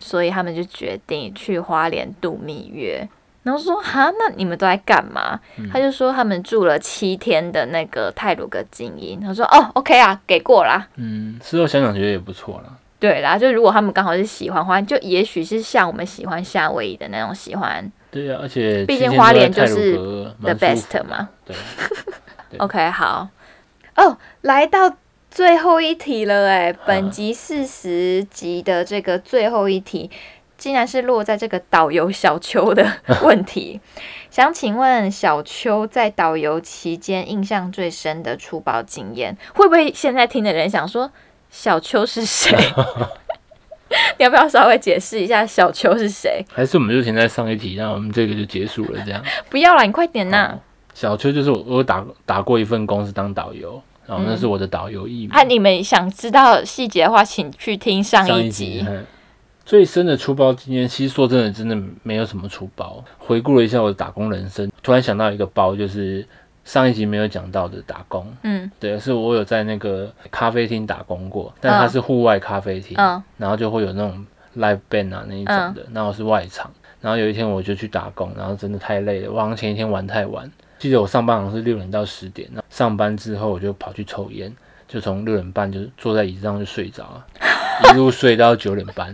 Speaker 2: 所以他们就决定去花莲度蜜月。然后说哈，那你们都在干嘛？
Speaker 3: 嗯
Speaker 2: 他就说他们住了七天的那个泰鲁格精英。他说哦，OK 啊，给过啦。
Speaker 3: 嗯，事后想想觉得也不错啦。
Speaker 2: 对啦，就如果他们刚好是喜欢花莲，就也许是像我们喜欢夏威夷的那种喜欢
Speaker 3: 对啊呀、而且
Speaker 2: 毕
Speaker 3: 七
Speaker 2: 竟
Speaker 3: 天
Speaker 2: 花
Speaker 3: 都在
Speaker 2: 莲就
Speaker 3: 泰鲁
Speaker 2: 是
Speaker 3: 阁
Speaker 2: the
Speaker 3: 蛮舒服
Speaker 2: best
Speaker 3: 的
Speaker 2: 嘛。
Speaker 3: 对，对
Speaker 2: OK，好。哦，来到最后一题了，哎，
Speaker 3: 啊
Speaker 2: 本集四十集的这个最后一题，竟然是落在这个导游小邱的问
Speaker 3: [LAUGHS]
Speaker 2: 题。想请问小邱在导游期间印象最深的出包经验，会不会现在听的人想说小邱是
Speaker 3: [LAUGHS]
Speaker 2: 谁？你要不要稍微解释一下小邱是谁？
Speaker 3: 还是我们就停在上一题，那我们这个就结束了。这样，
Speaker 2: 不要了，你快点呐
Speaker 3: 好、小邱就是我，我有打打过一份工是当导游，然后那是我的导游义务。
Speaker 2: 啊，你们想知道细节的话，请去听上
Speaker 3: 上
Speaker 2: 一
Speaker 3: 集
Speaker 2: 集。
Speaker 3: 嗯最深的出包经验，其实说真的，真的没有什么出包。回顾了一下我的打工人生，突然想到一个包，就是上一集没有讲到的打工。
Speaker 2: 嗯
Speaker 3: 对，是我有在那个咖啡厅打工过，但它是户外咖啡厅，
Speaker 2: 嗯
Speaker 3: 然后就会有那种 live band 啊那一种的，然后是外场。然后有一天我就去打工，然后真的太累了，我好像前一天玩太晚，记得我上班好像是六点到十点，那上班之后我就跑去抽烟，就从六点半就坐在椅子上就睡着了，一路睡到九点半，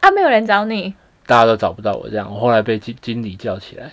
Speaker 2: 啊，没有人找你，
Speaker 3: 大家都找不到我这样，我后来被经经理叫起来，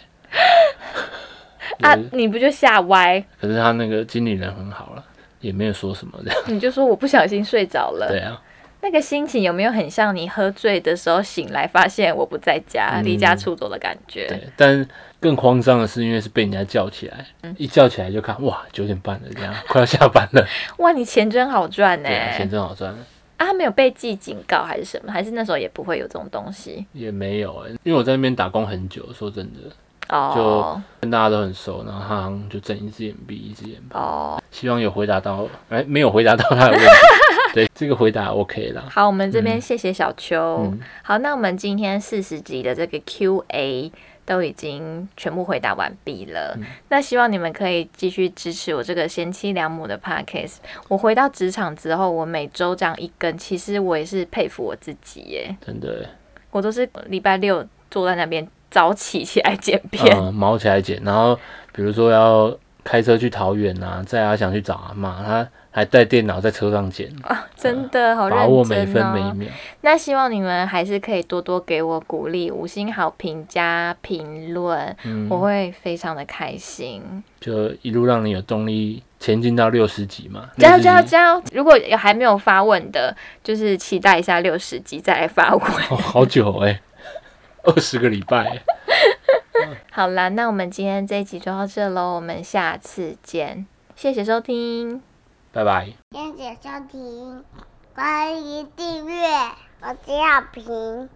Speaker 2: 啊
Speaker 3: 可是，
Speaker 2: 你不就吓歪？
Speaker 3: 可是他那个经理人很好了，也没有说什么这样。
Speaker 2: 你就说我不小心睡着了。
Speaker 3: 对啊，
Speaker 2: 那个心情有没有很像你喝醉的时候醒来发现我不在家，
Speaker 3: 嗯
Speaker 2: 离家出走的感觉？
Speaker 3: 对，但更慌张的是，因为是被人家叫起来，
Speaker 2: 嗯
Speaker 3: 一叫起来就看哇，九点半了，这样快要下班
Speaker 2: [LAUGHS]
Speaker 3: 了，
Speaker 2: 哇，你钱真好赚呢、欸
Speaker 3: 对啊，钱真好赚。
Speaker 2: 啊，他没有被记警告还是什么？还是那时候也不会有这种东西
Speaker 3: 也没有、欸，因为我在那边打工很久，说真的，
Speaker 2: 哦
Speaker 3: 跟大家都很熟，然后他好像就睁一只眼闭一只眼吧。
Speaker 2: 哦。
Speaker 3: 希望有回答到，哎、没有回答到他的问题。 [LAUGHS] 对，这个回答 OK 啦。
Speaker 2: 好，我们这边谢谢小秋。
Speaker 3: 嗯
Speaker 2: 好，那我们今天四十集的这个 Q&A 都已经全部回答完毕了。
Speaker 3: 嗯
Speaker 2: 那希望你们可以继续支持我这个贤妻良母的 Podcast。我回到职场之后，我每周这样一根，其实我也是佩服我自己耶。
Speaker 3: 真的欸，
Speaker 2: 我都是礼拜六坐在那边早起起来剪片，
Speaker 3: 嗯，毛起来剪，然后比如说要开车去桃园啊，在阿翔去找阿妈，他还带电脑在车上剪，
Speaker 2: 真的好
Speaker 3: 把握
Speaker 2: 哦认
Speaker 3: 每
Speaker 2: 真
Speaker 3: 分每
Speaker 2: 哦。
Speaker 3: 秒。
Speaker 2: 那希望你们还是可以多多给我鼓励，五星好评加评论，
Speaker 3: 嗯
Speaker 2: 我会非常的开心。
Speaker 3: 就一路让你有动力前进到六十级嘛。
Speaker 2: 加油
Speaker 3: 60
Speaker 2: 加油加油！如果有还没有发问的，就是期待一下六十集再来发问。 [LAUGHS]
Speaker 3: 哦，好久哎、二十个礼拜欸、
Speaker 2: 好啦，那我们今天这一集就到这喽，我们下次见，谢谢收听。
Speaker 3: 拜拜。
Speaker 1: 谢谢收听，欢迎订阅，我是小平。